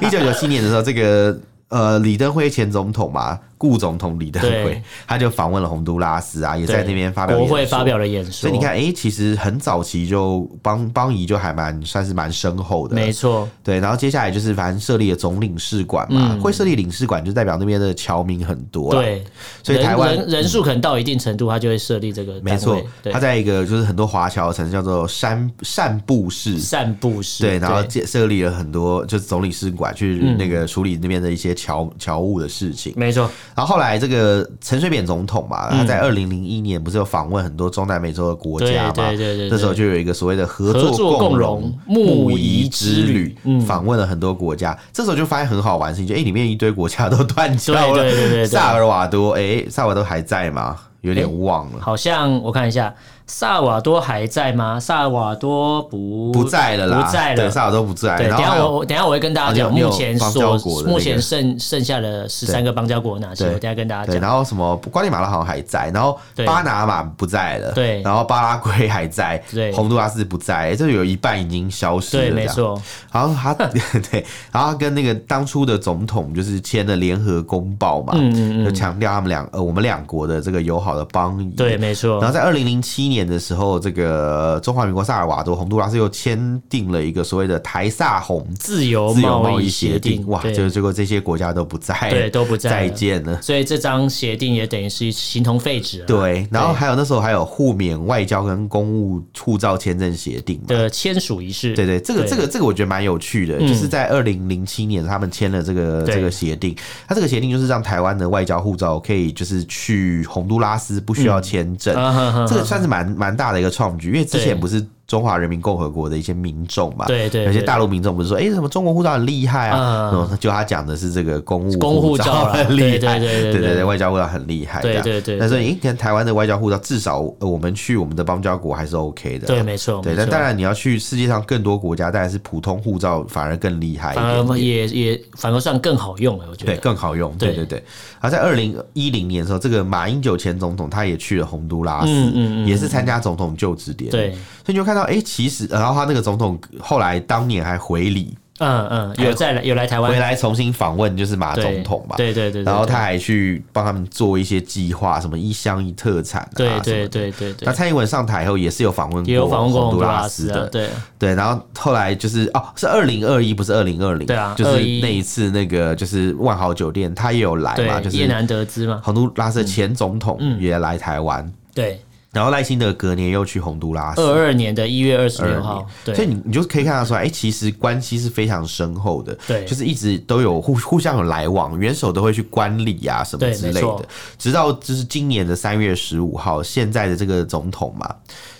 [SPEAKER 2] 一九九七年的时候，这个呃李登辉前总统嘛，顾总统李登辉
[SPEAKER 1] 对，
[SPEAKER 2] 他就访问了洪都拉斯啊，也在
[SPEAKER 1] 对
[SPEAKER 2] 那边发表
[SPEAKER 1] 国
[SPEAKER 2] 演
[SPEAKER 1] 会
[SPEAKER 2] 说
[SPEAKER 1] 发表了演说，
[SPEAKER 2] 所以你看，，哎、其实很早期就邦邦谊就还蛮算是蛮深厚的，
[SPEAKER 1] 没错，
[SPEAKER 2] 对，然后接下来就是反正设立了总领事馆嘛，
[SPEAKER 1] 嗯
[SPEAKER 2] 会设立领事馆就代表那边的侨民很多啦，，
[SPEAKER 1] 对，
[SPEAKER 2] 所以
[SPEAKER 1] 人
[SPEAKER 2] 台湾
[SPEAKER 1] 人人数可能到一定程度，他就会设立这个单位，
[SPEAKER 2] 没错，
[SPEAKER 1] 对
[SPEAKER 2] 他，在一个就是很多华侨的城市叫做山散步市，
[SPEAKER 1] 散步式，
[SPEAKER 2] 对，然后建设立了很多就是总领事馆去
[SPEAKER 1] 嗯
[SPEAKER 2] 那个处理那边的一些侨侨务的事情。
[SPEAKER 1] 没错，
[SPEAKER 2] 然后后来这个陈水扁总统嘛，
[SPEAKER 1] 嗯
[SPEAKER 2] 他在二零零一年不是有访问很多中南美洲的国家嘛？
[SPEAKER 1] 对对对对对
[SPEAKER 2] 那时候就有一个所谓的合
[SPEAKER 1] 合作
[SPEAKER 2] 共
[SPEAKER 1] 共
[SPEAKER 2] 荣
[SPEAKER 1] 荣
[SPEAKER 2] 牧
[SPEAKER 1] 牧
[SPEAKER 2] 夷
[SPEAKER 1] 夷
[SPEAKER 2] 之
[SPEAKER 1] 之
[SPEAKER 2] 旅
[SPEAKER 1] 旅，嗯
[SPEAKER 2] 访问了很多国家。这时候就发现很好玩的事情，就哎，里面一堆国家都断交了。
[SPEAKER 1] 对对对对对
[SPEAKER 2] 萨尔瓦多，哎，萨尔瓦多还在吗？有点忘了。
[SPEAKER 1] 好像我看一下，萨尔瓦多还在吗？萨尔瓦多不
[SPEAKER 2] 不在了啦，
[SPEAKER 1] 不在
[SPEAKER 2] 对，
[SPEAKER 1] 了。
[SPEAKER 2] 萨尔瓦多不在。
[SPEAKER 1] 对，
[SPEAKER 2] 哎然
[SPEAKER 1] 等
[SPEAKER 2] 后
[SPEAKER 1] 一
[SPEAKER 2] 还
[SPEAKER 1] 下
[SPEAKER 2] 有
[SPEAKER 1] 我我等一下我会跟大家
[SPEAKER 2] 啊
[SPEAKER 1] 讲，
[SPEAKER 2] 你有
[SPEAKER 1] 目前
[SPEAKER 2] 邦交
[SPEAKER 1] 所
[SPEAKER 2] 国的那个
[SPEAKER 1] 目前剩剩下的十三个邦交国有哪些，
[SPEAKER 2] 对
[SPEAKER 1] 我等一下跟大家
[SPEAKER 2] 对，
[SPEAKER 1] 讲。
[SPEAKER 2] 然后什么瓜地马拉好像还在，然后
[SPEAKER 1] 对
[SPEAKER 2] 巴拿马不在了，
[SPEAKER 1] 对
[SPEAKER 2] 然后巴拉圭还在，
[SPEAKER 1] 对
[SPEAKER 2] 洪都拉斯不在，这有一半已经消失了，
[SPEAKER 1] 对，没
[SPEAKER 2] 这样。
[SPEAKER 1] 错，
[SPEAKER 2] 然后他 对，然后他跟那个当初的总统就是签了联合公报嘛，
[SPEAKER 1] 嗯
[SPEAKER 2] 就强调他们两呃我们两国的这个友好的邦谊，
[SPEAKER 1] 对，没
[SPEAKER 2] 然后
[SPEAKER 1] 错，
[SPEAKER 2] 在二零零七年的时候，这个中华民国萨尔瓦多、洪都拉斯又签订了一个所谓的台萨洪
[SPEAKER 1] 自由
[SPEAKER 2] 自由贸
[SPEAKER 1] 贸
[SPEAKER 2] 易
[SPEAKER 1] 易
[SPEAKER 2] 协
[SPEAKER 1] 协
[SPEAKER 2] 定，哇，
[SPEAKER 1] 对
[SPEAKER 2] 就结果这些国家都不在，
[SPEAKER 1] 对都不在了
[SPEAKER 2] 再见了。
[SPEAKER 1] 所以这张协定也等于是形同废纸了
[SPEAKER 2] 对，然后还有那时候还有互免外交跟公务护照签证协定嘛。
[SPEAKER 1] 的签署仪式。
[SPEAKER 2] 对对，这个
[SPEAKER 1] 对嗯
[SPEAKER 2] 这个这个我觉得蛮有趣的，就是在二零零七年他们签了这个
[SPEAKER 1] 对
[SPEAKER 2] 这个协定，它这个协定就是让台湾的外交护照可以就是去洪都拉斯不需要签证，
[SPEAKER 1] 啊哈哈
[SPEAKER 2] 这个算是蛮蛮大的一个创举，因为之前
[SPEAKER 1] 对
[SPEAKER 2] 不是中华人民共和国的一些民众嘛，
[SPEAKER 1] 对对
[SPEAKER 2] 有些
[SPEAKER 1] 对
[SPEAKER 2] 大陆民众不是说，哎、什么中国护照很厉害啊，
[SPEAKER 1] 嗯
[SPEAKER 2] 然后就他讲的是这个公务
[SPEAKER 1] 公护
[SPEAKER 2] 照
[SPEAKER 1] 照啦
[SPEAKER 2] 很厉
[SPEAKER 1] 对对
[SPEAKER 2] 害，
[SPEAKER 1] 对对
[SPEAKER 2] 对
[SPEAKER 1] 对
[SPEAKER 2] 外交护照很厉害，
[SPEAKER 1] 对
[SPEAKER 2] 这样
[SPEAKER 1] 对对对
[SPEAKER 2] 但是你看台湾的外交护照，至少呃我们去我们的邦交国还是 OK 的，
[SPEAKER 1] 对，没错，哦
[SPEAKER 2] 对，
[SPEAKER 1] 没
[SPEAKER 2] 但
[SPEAKER 1] 错
[SPEAKER 2] 当然你要去世界上更多国家，当然是普通护照反而更厉害一
[SPEAKER 1] 反
[SPEAKER 2] 点
[SPEAKER 1] 而
[SPEAKER 2] 点。
[SPEAKER 1] 也也反而算更好用了，我觉
[SPEAKER 2] 对，
[SPEAKER 1] 得。
[SPEAKER 2] 更好用。对对
[SPEAKER 1] 对
[SPEAKER 2] 对。然后在二零一零年的时候，这个马英九前总统他也去了洪都拉斯，
[SPEAKER 1] 嗯嗯嗯
[SPEAKER 2] 也是参加总统就职典礼。
[SPEAKER 1] 对
[SPEAKER 2] 所以你就看到，哎、其实然后他那个总统后来当年还回礼，
[SPEAKER 1] 嗯嗯，有再来有来台湾
[SPEAKER 2] 回来重新访问就是马
[SPEAKER 1] 对
[SPEAKER 2] 总统嘛。
[SPEAKER 1] 对对对，对
[SPEAKER 2] 然后他还去帮他们做一些计划，什么一乡一特产啊，
[SPEAKER 1] 对
[SPEAKER 2] 什么
[SPEAKER 1] 对
[SPEAKER 2] 的。
[SPEAKER 1] 对对对
[SPEAKER 2] 那，蔡英文上台后也是有访问过
[SPEAKER 1] 也有访问过
[SPEAKER 2] 洪
[SPEAKER 1] 洪
[SPEAKER 2] 都
[SPEAKER 1] 都
[SPEAKER 2] 拉
[SPEAKER 1] 拉
[SPEAKER 2] 斯
[SPEAKER 1] 斯
[SPEAKER 2] 的
[SPEAKER 1] 啊，，对
[SPEAKER 2] 对，然后后来就是哦，是二零二一，不是二零二零，
[SPEAKER 1] 对啊
[SPEAKER 2] 就是
[SPEAKER 1] 21
[SPEAKER 2] 那一次那个就是万豪酒店，他也有来嘛，就
[SPEAKER 1] 对，
[SPEAKER 2] 是
[SPEAKER 1] 叶南嗯德兹嘛，
[SPEAKER 2] 洪都拉斯的前总统也来台湾，
[SPEAKER 1] 对，
[SPEAKER 2] 然后赖清德隔年又去洪都拉斯。
[SPEAKER 1] 二二年的一月二十
[SPEAKER 2] 22
[SPEAKER 1] 六号，
[SPEAKER 2] 年所以
[SPEAKER 1] 对
[SPEAKER 2] 你你就可以看得出来，哎、其实关系是非常深厚的，
[SPEAKER 1] 对
[SPEAKER 2] 就是一直都有互互相有来往，元首都会去观礼啊什么
[SPEAKER 1] 对
[SPEAKER 2] 之类
[SPEAKER 1] 没
[SPEAKER 2] 的
[SPEAKER 1] 错，
[SPEAKER 2] 直到就是今年的三月十五号，现在的这个总统嘛，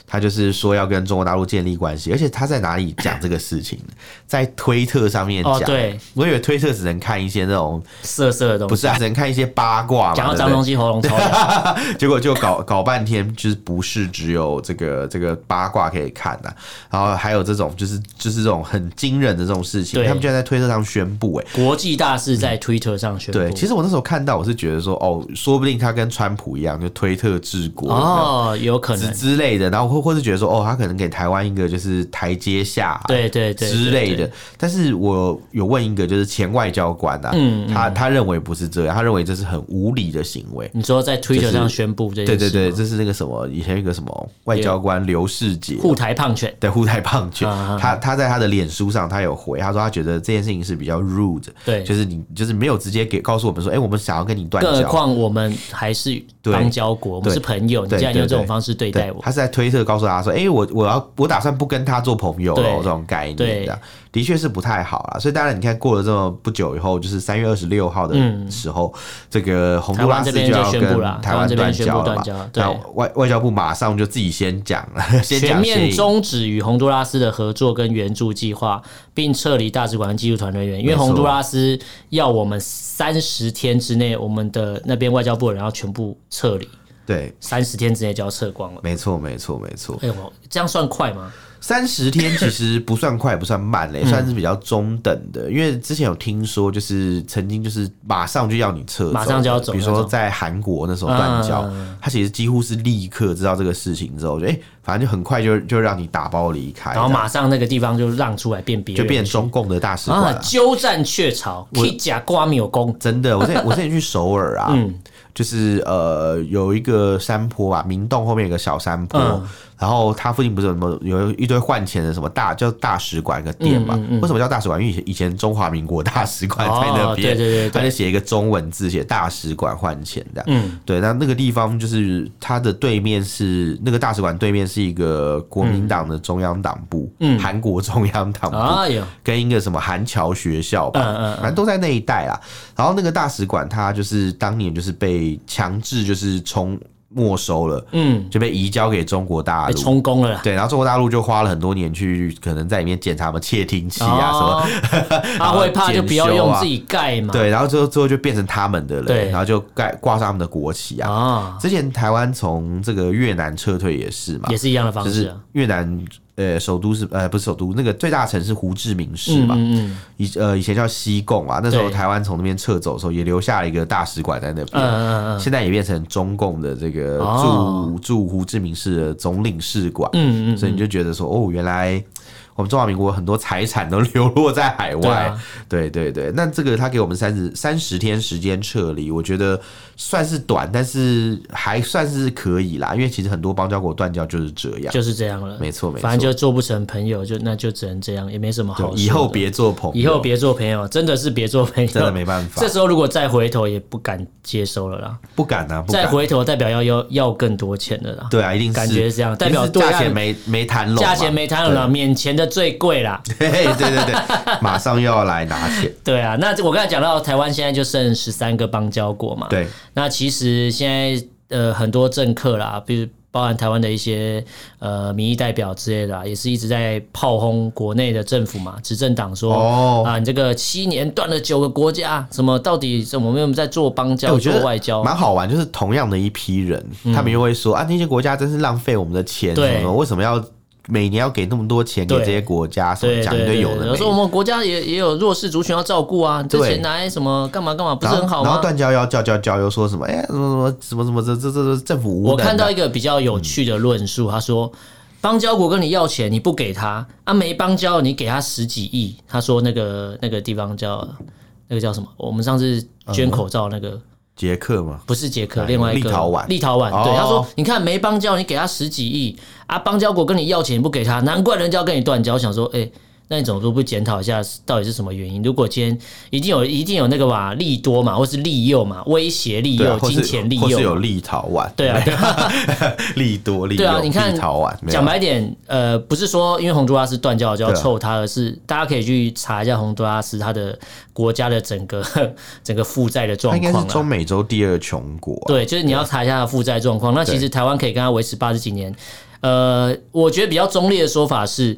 [SPEAKER 2] 他就是说要跟中国大陆建立关系，而且他在哪里讲这个事情 呢？在推特上面讲、
[SPEAKER 1] 哦对，
[SPEAKER 2] 我以为推特只能看一些那种
[SPEAKER 1] 色色的
[SPEAKER 2] 不
[SPEAKER 1] 东西，
[SPEAKER 2] 是啊，只能看一些八卦嘛，
[SPEAKER 1] 讲到
[SPEAKER 2] 对不
[SPEAKER 1] 脏
[SPEAKER 2] 对
[SPEAKER 1] 东西喉咙超痒，
[SPEAKER 2] 结果就搞搞半天，就是不是只有这个这个八卦可以看呐、然后还有这种就是就是这种很惊人的这种事情，
[SPEAKER 1] 对
[SPEAKER 2] 他们居然在推特上宣布、哎，
[SPEAKER 1] 国际大事在 Twitter 上宣布，
[SPEAKER 2] 对，其实我那时候看到，我是觉得说，哦，说不定他跟川普一样，就推特治国。有没有
[SPEAKER 1] 哦，有可
[SPEAKER 2] 之
[SPEAKER 1] 能，
[SPEAKER 2] 之类的，然后会或是觉得说，哦，他可能给台湾一个就是台阶下、
[SPEAKER 1] 对对对
[SPEAKER 2] 之类
[SPEAKER 1] 对对
[SPEAKER 2] 的。但是我有问一个就是前外交官啊，
[SPEAKER 1] 嗯
[SPEAKER 2] 他他认为不是这样，他认为这是很无理的行为。
[SPEAKER 1] 你说在
[SPEAKER 2] 就
[SPEAKER 1] Twitter
[SPEAKER 2] 是
[SPEAKER 1] 上宣布这件
[SPEAKER 2] 对
[SPEAKER 1] 事，
[SPEAKER 2] 对对，，这是那个什么，以前有一个什么外交官刘世杰，
[SPEAKER 1] 护台胖犬，
[SPEAKER 2] 对护台胖犬，
[SPEAKER 1] 啊啊啊
[SPEAKER 2] 他他在他的脸书上他有回，他说他觉得这件事情是比较 rude，
[SPEAKER 1] 对
[SPEAKER 2] 就是你就是没有直接给告诉我们说，哎、我们想要跟你断
[SPEAKER 1] 更何
[SPEAKER 2] 交，
[SPEAKER 1] 况我们还是
[SPEAKER 2] 对
[SPEAKER 1] 邦交国，我们
[SPEAKER 2] 对
[SPEAKER 1] 是朋友，你
[SPEAKER 2] 对
[SPEAKER 1] 竟然
[SPEAKER 2] 对
[SPEAKER 1] 用这种
[SPEAKER 2] 对
[SPEAKER 1] 方式对待我
[SPEAKER 2] 他，是在推特告诉他说：“哎、我我要我打算不跟他做朋友了
[SPEAKER 1] 对。”
[SPEAKER 2] 这种概念
[SPEAKER 1] 对
[SPEAKER 2] 的，的确是不太好啦。所以当然，你看过了这么不久以后，就是三月二十六号的时候，这个洪都拉斯
[SPEAKER 1] 嗯台湾这边
[SPEAKER 2] 要
[SPEAKER 1] 就宣布了
[SPEAKER 2] 跟台
[SPEAKER 1] 台
[SPEAKER 2] 湾断交了嘛
[SPEAKER 1] 湾这边宣布断交？对
[SPEAKER 2] 那外外交部马上就自己先讲了， 先
[SPEAKER 1] 全
[SPEAKER 2] 讲
[SPEAKER 1] 面
[SPEAKER 2] 先
[SPEAKER 1] 终止与洪都拉斯的合作跟援助计划，并撤离大使馆和技术团人员，因为
[SPEAKER 2] 没错
[SPEAKER 1] 洪都拉斯要我们三十天之内，我们的那边外交部的人要全部撤离，
[SPEAKER 2] 对。
[SPEAKER 1] 三十天之内就要撤光了。
[SPEAKER 2] 没错，没错，没错。
[SPEAKER 1] 哎呦，这样算快吗？
[SPEAKER 2] 三十天其实不算快，不算慢
[SPEAKER 1] 嗯
[SPEAKER 2] 嘞，算是比较中等的。因为之前有听说，就是曾经就是马上就要你撤走的，
[SPEAKER 1] 马上就要走
[SPEAKER 2] 比如
[SPEAKER 1] 那
[SPEAKER 2] 说
[SPEAKER 1] 种
[SPEAKER 2] 在韩国那时候断交，
[SPEAKER 1] 嗯
[SPEAKER 2] 他其实几乎是立刻知道这个事情之后，就哎、反正就很快就就让你打包离开，
[SPEAKER 1] 然后
[SPEAKER 2] 这样
[SPEAKER 1] 马上那个地方就让出来变别人，
[SPEAKER 2] 哎就变中共的大使馆
[SPEAKER 1] 啊
[SPEAKER 2] 了。，
[SPEAKER 1] 鸠占鹊巢，替假瓜没有功。
[SPEAKER 2] 真的，我之前我之前去首尔啊，
[SPEAKER 1] 嗯
[SPEAKER 2] 就是呃有一个山坡吧，明洞后面有个小山坡，
[SPEAKER 1] 嗯
[SPEAKER 2] 然后它附近不是有什么有一堆换钱的什么大叫大使馆一个店嘛？
[SPEAKER 1] 嗯
[SPEAKER 2] 为什么叫大使馆？因为以前以前中华民国大使馆在那
[SPEAKER 1] 哦
[SPEAKER 2] 边，
[SPEAKER 1] 对对对对
[SPEAKER 2] 他就写一个中文字写大使馆换钱的，嗯，对，那那个地方就是它的对面是那个大使馆对面是一个国
[SPEAKER 1] 嗯
[SPEAKER 2] 民党的中央党部，嗯，韩国中央党部，
[SPEAKER 1] 哎呦，
[SPEAKER 2] 跟一个什么韩侨学校吧，
[SPEAKER 1] 嗯嗯嗯
[SPEAKER 2] 反正都在那一带啦。然后那个大使馆，它就是当年就是被强制就是冲没收了，
[SPEAKER 1] 嗯，
[SPEAKER 2] 就被移交给中国大
[SPEAKER 1] 被
[SPEAKER 2] 陆。
[SPEAKER 1] 充公了啦。
[SPEAKER 2] 对，然后中国大陆就花了很多年去，可能在里面检查什么窃听器啊
[SPEAKER 1] 哦
[SPEAKER 2] 什么，啊
[SPEAKER 1] 么，他会怕就不要 用自己盖嘛。
[SPEAKER 2] 对，然后最后最后就变成他们的了，
[SPEAKER 1] 嗯对
[SPEAKER 2] 然后就盖挂上他们的国旗啊。
[SPEAKER 1] 啊，
[SPEAKER 2] 之前台湾从这个越南撤退也是嘛，
[SPEAKER 1] 也是一样的方
[SPEAKER 2] 就
[SPEAKER 1] 式
[SPEAKER 2] 是
[SPEAKER 1] 啊。
[SPEAKER 2] 越南呃首都是呃不是首都，那个最大城市胡志明市
[SPEAKER 1] 嗯
[SPEAKER 2] 嘛，
[SPEAKER 1] 嗯嗯。
[SPEAKER 2] 以呃以前叫西贡啊，那时候
[SPEAKER 1] 对
[SPEAKER 2] 台湾从那边撤走的时候，也留下了一个大使馆在那边。
[SPEAKER 1] 嗯嗯嗯
[SPEAKER 2] 现在也变成中共的这个驻、
[SPEAKER 1] 哦
[SPEAKER 2] 驻胡志明市的总领事馆，
[SPEAKER 1] 嗯嗯
[SPEAKER 2] 所以你就觉得说，哦，原来我们中华民国很多财产都流落在海
[SPEAKER 1] 对
[SPEAKER 2] 外，
[SPEAKER 1] 啊
[SPEAKER 2] 对对对。那这个他给我们三十三十天时间撤离，我觉得算是短，但是还算是可以啦，因为其实很多邦交国断交就是这样，
[SPEAKER 1] 就是这样了。
[SPEAKER 2] 没错没错
[SPEAKER 1] 反正就做不成朋友，就那就只能这样，也没什么好说
[SPEAKER 2] 对
[SPEAKER 1] 的。
[SPEAKER 2] 以后别做朋友，
[SPEAKER 1] 以后别做朋友，真的是别做朋友，
[SPEAKER 2] 真的没办法
[SPEAKER 1] 这时候如果再回头，也不敢接收了啦。
[SPEAKER 2] 不敢啊，不敢
[SPEAKER 1] 再回头代表要要要更多钱的啦。
[SPEAKER 2] 对啊，一定是
[SPEAKER 1] 感觉是这样代
[SPEAKER 2] 一定
[SPEAKER 1] 表
[SPEAKER 2] 是
[SPEAKER 1] 对
[SPEAKER 2] 价
[SPEAKER 1] 岸
[SPEAKER 2] 钱没没谈拢嘛，
[SPEAKER 1] 价钱没谈拢了，免钱的最贵啦。
[SPEAKER 2] 对，对对对 对，马上又要来拿钱，
[SPEAKER 1] 对啊，那我刚才讲到台湾现在就剩十三个邦交国嘛。
[SPEAKER 2] 对，
[SPEAKER 1] 那其实现在呃很多政客啦，比如包含台湾的一些呃民意代表之类的啊，也是一直在炮轰国内的政府嘛，执政党说、
[SPEAKER 2] 哦
[SPEAKER 1] 啊，你这个七年断了九个国家，什么到底怎么我们在做邦
[SPEAKER 2] 哎
[SPEAKER 1] 交、
[SPEAKER 2] 我觉
[SPEAKER 1] 做
[SPEAKER 2] 得
[SPEAKER 1] 外交？嗯
[SPEAKER 2] 蛮好玩，就是同样的一批人，他们又会说啊，那些国家真是浪费我们的钱，
[SPEAKER 1] 对
[SPEAKER 2] 什么为什么要每年要给那么多钱给
[SPEAKER 1] 对
[SPEAKER 2] 这些国家，什么
[SPEAKER 1] 对
[SPEAKER 2] 讲
[SPEAKER 1] 对
[SPEAKER 2] 一堆
[SPEAKER 1] 对，
[SPEAKER 2] 有的
[SPEAKER 1] 有
[SPEAKER 2] 没
[SPEAKER 1] 时候我
[SPEAKER 2] 的。
[SPEAKER 1] 们国家也也有弱势族群要照顾啊，你这
[SPEAKER 2] 对
[SPEAKER 1] 钱拿来什么干嘛干嘛，不
[SPEAKER 2] 然
[SPEAKER 1] 是
[SPEAKER 2] 后
[SPEAKER 1] 很好
[SPEAKER 2] 然后
[SPEAKER 1] 吗？
[SPEAKER 2] 断交要叫叫叫，又说什么哎、什么什么什么什么这这这这政府无能、啊。
[SPEAKER 1] 我看到一个比较有趣的论述，他说。邦交国跟你要钱，你不给他啊？没邦交，你给他十几亿。他说那个那个地方叫那个叫什么？我们上次捐口罩那个、
[SPEAKER 2] 捷克嘛，
[SPEAKER 1] 不是捷克，
[SPEAKER 2] 嗯哪一个
[SPEAKER 1] 另外一个
[SPEAKER 2] 立陶宛
[SPEAKER 1] 立陶宛
[SPEAKER 2] 哦
[SPEAKER 1] 对，他说你看没邦交，你给他十几亿啊？邦交国跟你要钱，你不给他，难怪人家要跟你断交。我想说，哎、那你怎么都不检讨一下到底是什么原因？如果今天一定有一定有那个吧，利多嘛，或是利诱嘛，威胁利
[SPEAKER 2] 对、
[SPEAKER 1] 诱、
[SPEAKER 2] 啊，或
[SPEAKER 1] 金
[SPEAKER 2] 是
[SPEAKER 1] 钱利
[SPEAKER 2] 或是有
[SPEAKER 1] 诱。
[SPEAKER 2] 立陶宛，
[SPEAKER 1] 对 啊，对啊
[SPEAKER 2] 利多利
[SPEAKER 1] 对啊
[SPEAKER 2] 诱
[SPEAKER 1] 你看
[SPEAKER 2] 立陶宛，没有
[SPEAKER 1] 讲白点，呃，不是说因为洪都拉斯断交就要
[SPEAKER 2] 对啊
[SPEAKER 1] 臭它，而是大家可以去查一下洪都拉斯它的国家的整个 整个负债的
[SPEAKER 2] 它
[SPEAKER 1] 状
[SPEAKER 2] 应该
[SPEAKER 1] 况
[SPEAKER 2] 是中
[SPEAKER 1] 啊。
[SPEAKER 2] 美洲第二穷国、啊，
[SPEAKER 1] 对，就是你要查一下它的负债状况。那其实台湾可以跟它维持八十几年。呃，我觉得比较中立的说法是，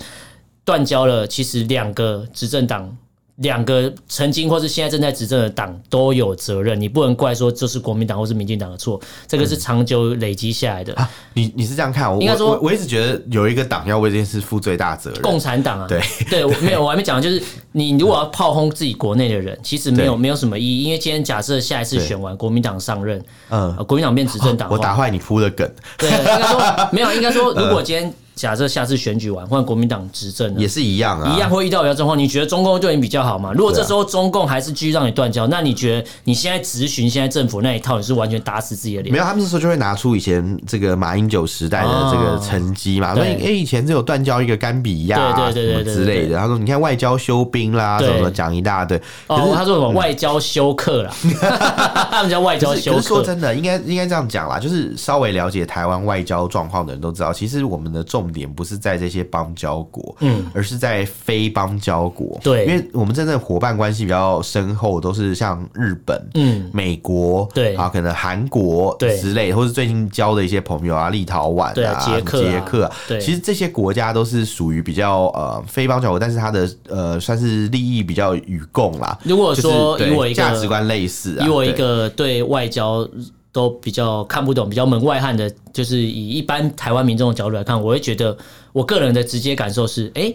[SPEAKER 1] 断交了，其实两个执政党两个曾经或是现在正在执政的党都有责任，你不能怪说这是国民党或是民进党的错，这个是长久累积下来的。
[SPEAKER 2] 啊，你你是这样看我？
[SPEAKER 1] 应该说
[SPEAKER 2] 我我我一直觉得有一个党要为这件事负最大责任。
[SPEAKER 1] 共产党啊，
[SPEAKER 2] 对
[SPEAKER 1] 对，我没有，我还没讲，就是你如果要炮轰自己国内的人，其实没有
[SPEAKER 2] 对
[SPEAKER 1] 没有什么意义，因为今天假设下一次
[SPEAKER 2] 对
[SPEAKER 1] 选完国民党上任，
[SPEAKER 2] 嗯
[SPEAKER 1] 呃，国民党变执政党的
[SPEAKER 2] 我
[SPEAKER 1] 话，
[SPEAKER 2] 打坏你铺的梗，
[SPEAKER 1] 对，应该说没有，应该说如果今天假设下次选举完换国民党执政了
[SPEAKER 2] 也。是一样啊，
[SPEAKER 1] 一样会遇到比较状况，你觉得中共对你比较好吗？如果这时候中共还是继续让你断交，那你觉得你现在咨询现在政府那一套，你是完全打死自己的脸
[SPEAKER 2] 没？有，他们那时候就会拿出以前这个马英九时代的这个成绩嘛，
[SPEAKER 1] 啊对
[SPEAKER 2] 说哎、诶以前只有断交一个甘比亚、
[SPEAKER 1] 对
[SPEAKER 2] 啊、
[SPEAKER 1] 对对对对
[SPEAKER 2] 什么之类
[SPEAKER 1] 对
[SPEAKER 2] 的。他说你看外交休兵啦，
[SPEAKER 1] 对
[SPEAKER 2] 什么什么讲一大堆。可
[SPEAKER 1] 哦，
[SPEAKER 2] 是嗯
[SPEAKER 1] 他说什么外交休克啦， 他们叫外交
[SPEAKER 2] 可是
[SPEAKER 1] 休
[SPEAKER 2] 可是说
[SPEAKER 1] 克。
[SPEAKER 2] 真的，应该应该这样讲啦，就是稍微了解台湾外交状况的人都知道，其实我们的重点不是在这些邦交国，嗯，而是在非邦交国。
[SPEAKER 1] 对
[SPEAKER 2] 因为我们真正伙伴关系比较深厚，都是像日本、
[SPEAKER 1] 嗯，
[SPEAKER 2] 美国，
[SPEAKER 1] 对
[SPEAKER 2] 啊，可能韩国
[SPEAKER 1] 对
[SPEAKER 2] 之类，或是最近交的一些朋友啊，立陶宛
[SPEAKER 1] 对啊
[SPEAKER 2] 啊、
[SPEAKER 1] 捷克啊
[SPEAKER 2] 什么捷克啊，
[SPEAKER 1] 对
[SPEAKER 2] 其实这些国家都是属于比较呃非邦交国，但是它的呃算是利益比较与共啦。
[SPEAKER 1] 如果说
[SPEAKER 2] 就是
[SPEAKER 1] 以
[SPEAKER 2] 对
[SPEAKER 1] 我一个
[SPEAKER 2] 价值观类似啊，
[SPEAKER 1] 以我一
[SPEAKER 2] 对
[SPEAKER 1] 个对外交都比较看不懂、比较门外汉的，就是以一般台湾民众的角度来看，我会觉得我个人的直接感受是，哎、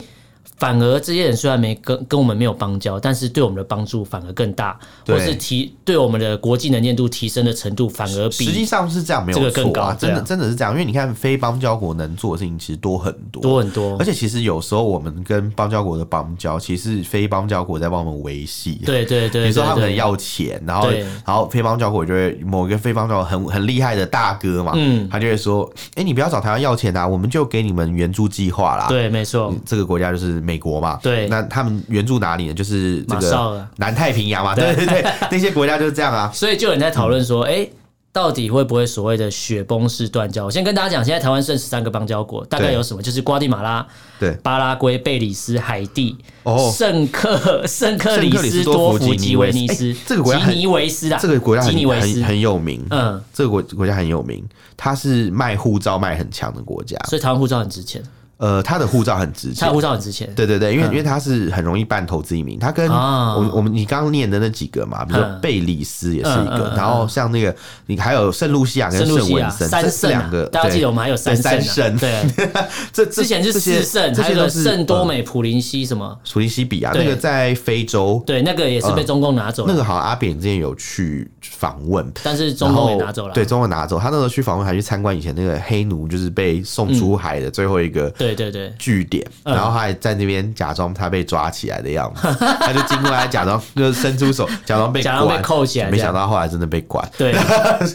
[SPEAKER 1] 反而这些人虽然没跟跟我们没有邦交，但是对我们的帮助反而更大，
[SPEAKER 2] 对
[SPEAKER 1] 或是提对我们的国际能见度提升的程度反而
[SPEAKER 2] 实际
[SPEAKER 1] 比
[SPEAKER 2] 上是这样，没
[SPEAKER 1] 这
[SPEAKER 2] 有
[SPEAKER 1] 个更
[SPEAKER 2] 错啊，
[SPEAKER 1] 高
[SPEAKER 2] 真
[SPEAKER 1] 对
[SPEAKER 2] 的
[SPEAKER 1] 啊
[SPEAKER 2] 真的是这样，因为你看非邦交国能做的事情其实多很多，
[SPEAKER 1] 多很多
[SPEAKER 2] 而。且其实有时候我们跟邦交国的邦交，其实是非邦交国在帮我们维系。
[SPEAKER 1] 对对对，
[SPEAKER 2] 比如说他们
[SPEAKER 1] 对对
[SPEAKER 2] 要钱，然后
[SPEAKER 1] 对
[SPEAKER 2] 然后非邦交国就会某一个非邦交国很很厉害的大哥嘛，
[SPEAKER 1] 嗯
[SPEAKER 2] 他就会说，哎，你不要找台湾要钱啊，我们就给你们援助计划啦。，
[SPEAKER 1] 对，没错，
[SPEAKER 2] 这个国家就是美国嘛，
[SPEAKER 1] 对
[SPEAKER 2] 那他们援助哪里呢？就是这
[SPEAKER 1] 马绍
[SPEAKER 2] 个
[SPEAKER 1] 尔
[SPEAKER 2] 南太平洋嘛，对对对，那些国家就是这样啊。
[SPEAKER 1] 所以就有人在讨论
[SPEAKER 2] 嗯
[SPEAKER 1] 说，哎、到底会不会所谓的雪崩式断交？我先跟大家讲，现在台湾剩十三个邦交国，大概
[SPEAKER 2] 对
[SPEAKER 1] 有什么？就是瓜地马拉、
[SPEAKER 2] 对
[SPEAKER 1] 巴拉圭、贝里斯、海地、
[SPEAKER 2] 哦
[SPEAKER 1] 圣克圣克
[SPEAKER 2] 圣
[SPEAKER 1] 里
[SPEAKER 2] 克里斯
[SPEAKER 1] 斯
[SPEAKER 2] 多
[SPEAKER 1] 多
[SPEAKER 2] 夫
[SPEAKER 1] 福
[SPEAKER 2] 吉
[SPEAKER 1] 吉
[SPEAKER 2] 尼
[SPEAKER 1] 维
[SPEAKER 2] 维
[SPEAKER 1] 尼
[SPEAKER 2] 斯
[SPEAKER 1] 斯
[SPEAKER 2] 哎，这个国家很
[SPEAKER 1] 吉尼维斯啊，
[SPEAKER 2] 这个国家
[SPEAKER 1] 吉
[SPEAKER 2] 很
[SPEAKER 1] 尼维斯
[SPEAKER 2] 很，很有名，
[SPEAKER 1] 嗯，
[SPEAKER 2] 这个国国家很有名，它是卖护照卖很强的国家，
[SPEAKER 1] 所以台湾护照很值钱，
[SPEAKER 2] 呃，它的护照很值
[SPEAKER 1] 台
[SPEAKER 2] 钱
[SPEAKER 1] 湾。护照很嗯值钱，
[SPEAKER 2] 对对对，因为、因为它是很容易办投资移民，它跟
[SPEAKER 1] 啊
[SPEAKER 2] 我们我们你刚刚念的那几个嘛，比如说
[SPEAKER 1] 嗯
[SPEAKER 2] 贝里斯也是一
[SPEAKER 1] 嗯
[SPEAKER 2] 个
[SPEAKER 1] 嗯，嗯
[SPEAKER 2] 然后像那个你还有圣露西亚跟
[SPEAKER 1] 圣露西亚
[SPEAKER 2] 文森
[SPEAKER 1] 三
[SPEAKER 2] 这
[SPEAKER 1] 圣
[SPEAKER 2] 两
[SPEAKER 1] 啊
[SPEAKER 2] 个，，
[SPEAKER 1] 大家记得我们还有
[SPEAKER 2] 对
[SPEAKER 1] 三
[SPEAKER 2] 三
[SPEAKER 1] 圣
[SPEAKER 2] 圣
[SPEAKER 1] 啊，， 对，
[SPEAKER 2] 这这
[SPEAKER 1] 之前是
[SPEAKER 2] 这些
[SPEAKER 1] 四圣，
[SPEAKER 2] 这
[SPEAKER 1] 还有
[SPEAKER 2] 些
[SPEAKER 1] 一
[SPEAKER 2] 都
[SPEAKER 1] 个
[SPEAKER 2] 是
[SPEAKER 1] 圣多
[SPEAKER 2] 呃
[SPEAKER 1] 美、普林西什么，
[SPEAKER 2] 普林西比亚
[SPEAKER 1] 对
[SPEAKER 2] 那个在非洲，
[SPEAKER 1] 对，那个也是被中共拿走
[SPEAKER 2] 嗯那
[SPEAKER 1] 了，
[SPEAKER 2] 个好像阿扁之前有去访问，
[SPEAKER 1] 但是中
[SPEAKER 2] 然后
[SPEAKER 1] 共也拿走了，啊
[SPEAKER 2] 对，中国拿走。他那时候去访问，还去参观以前那个黑奴，就是被送出海的最后一个
[SPEAKER 1] 嗯对对对。
[SPEAKER 2] 据点，
[SPEAKER 1] 嗯
[SPEAKER 2] 然后他还在那边假装他被抓起来的样子，他就经过来假装就是伸出手，假装被
[SPEAKER 1] 假装被
[SPEAKER 2] 管
[SPEAKER 1] 扣起来
[SPEAKER 2] 没
[SPEAKER 1] 这样
[SPEAKER 2] 想到后来真的被管。
[SPEAKER 1] 对，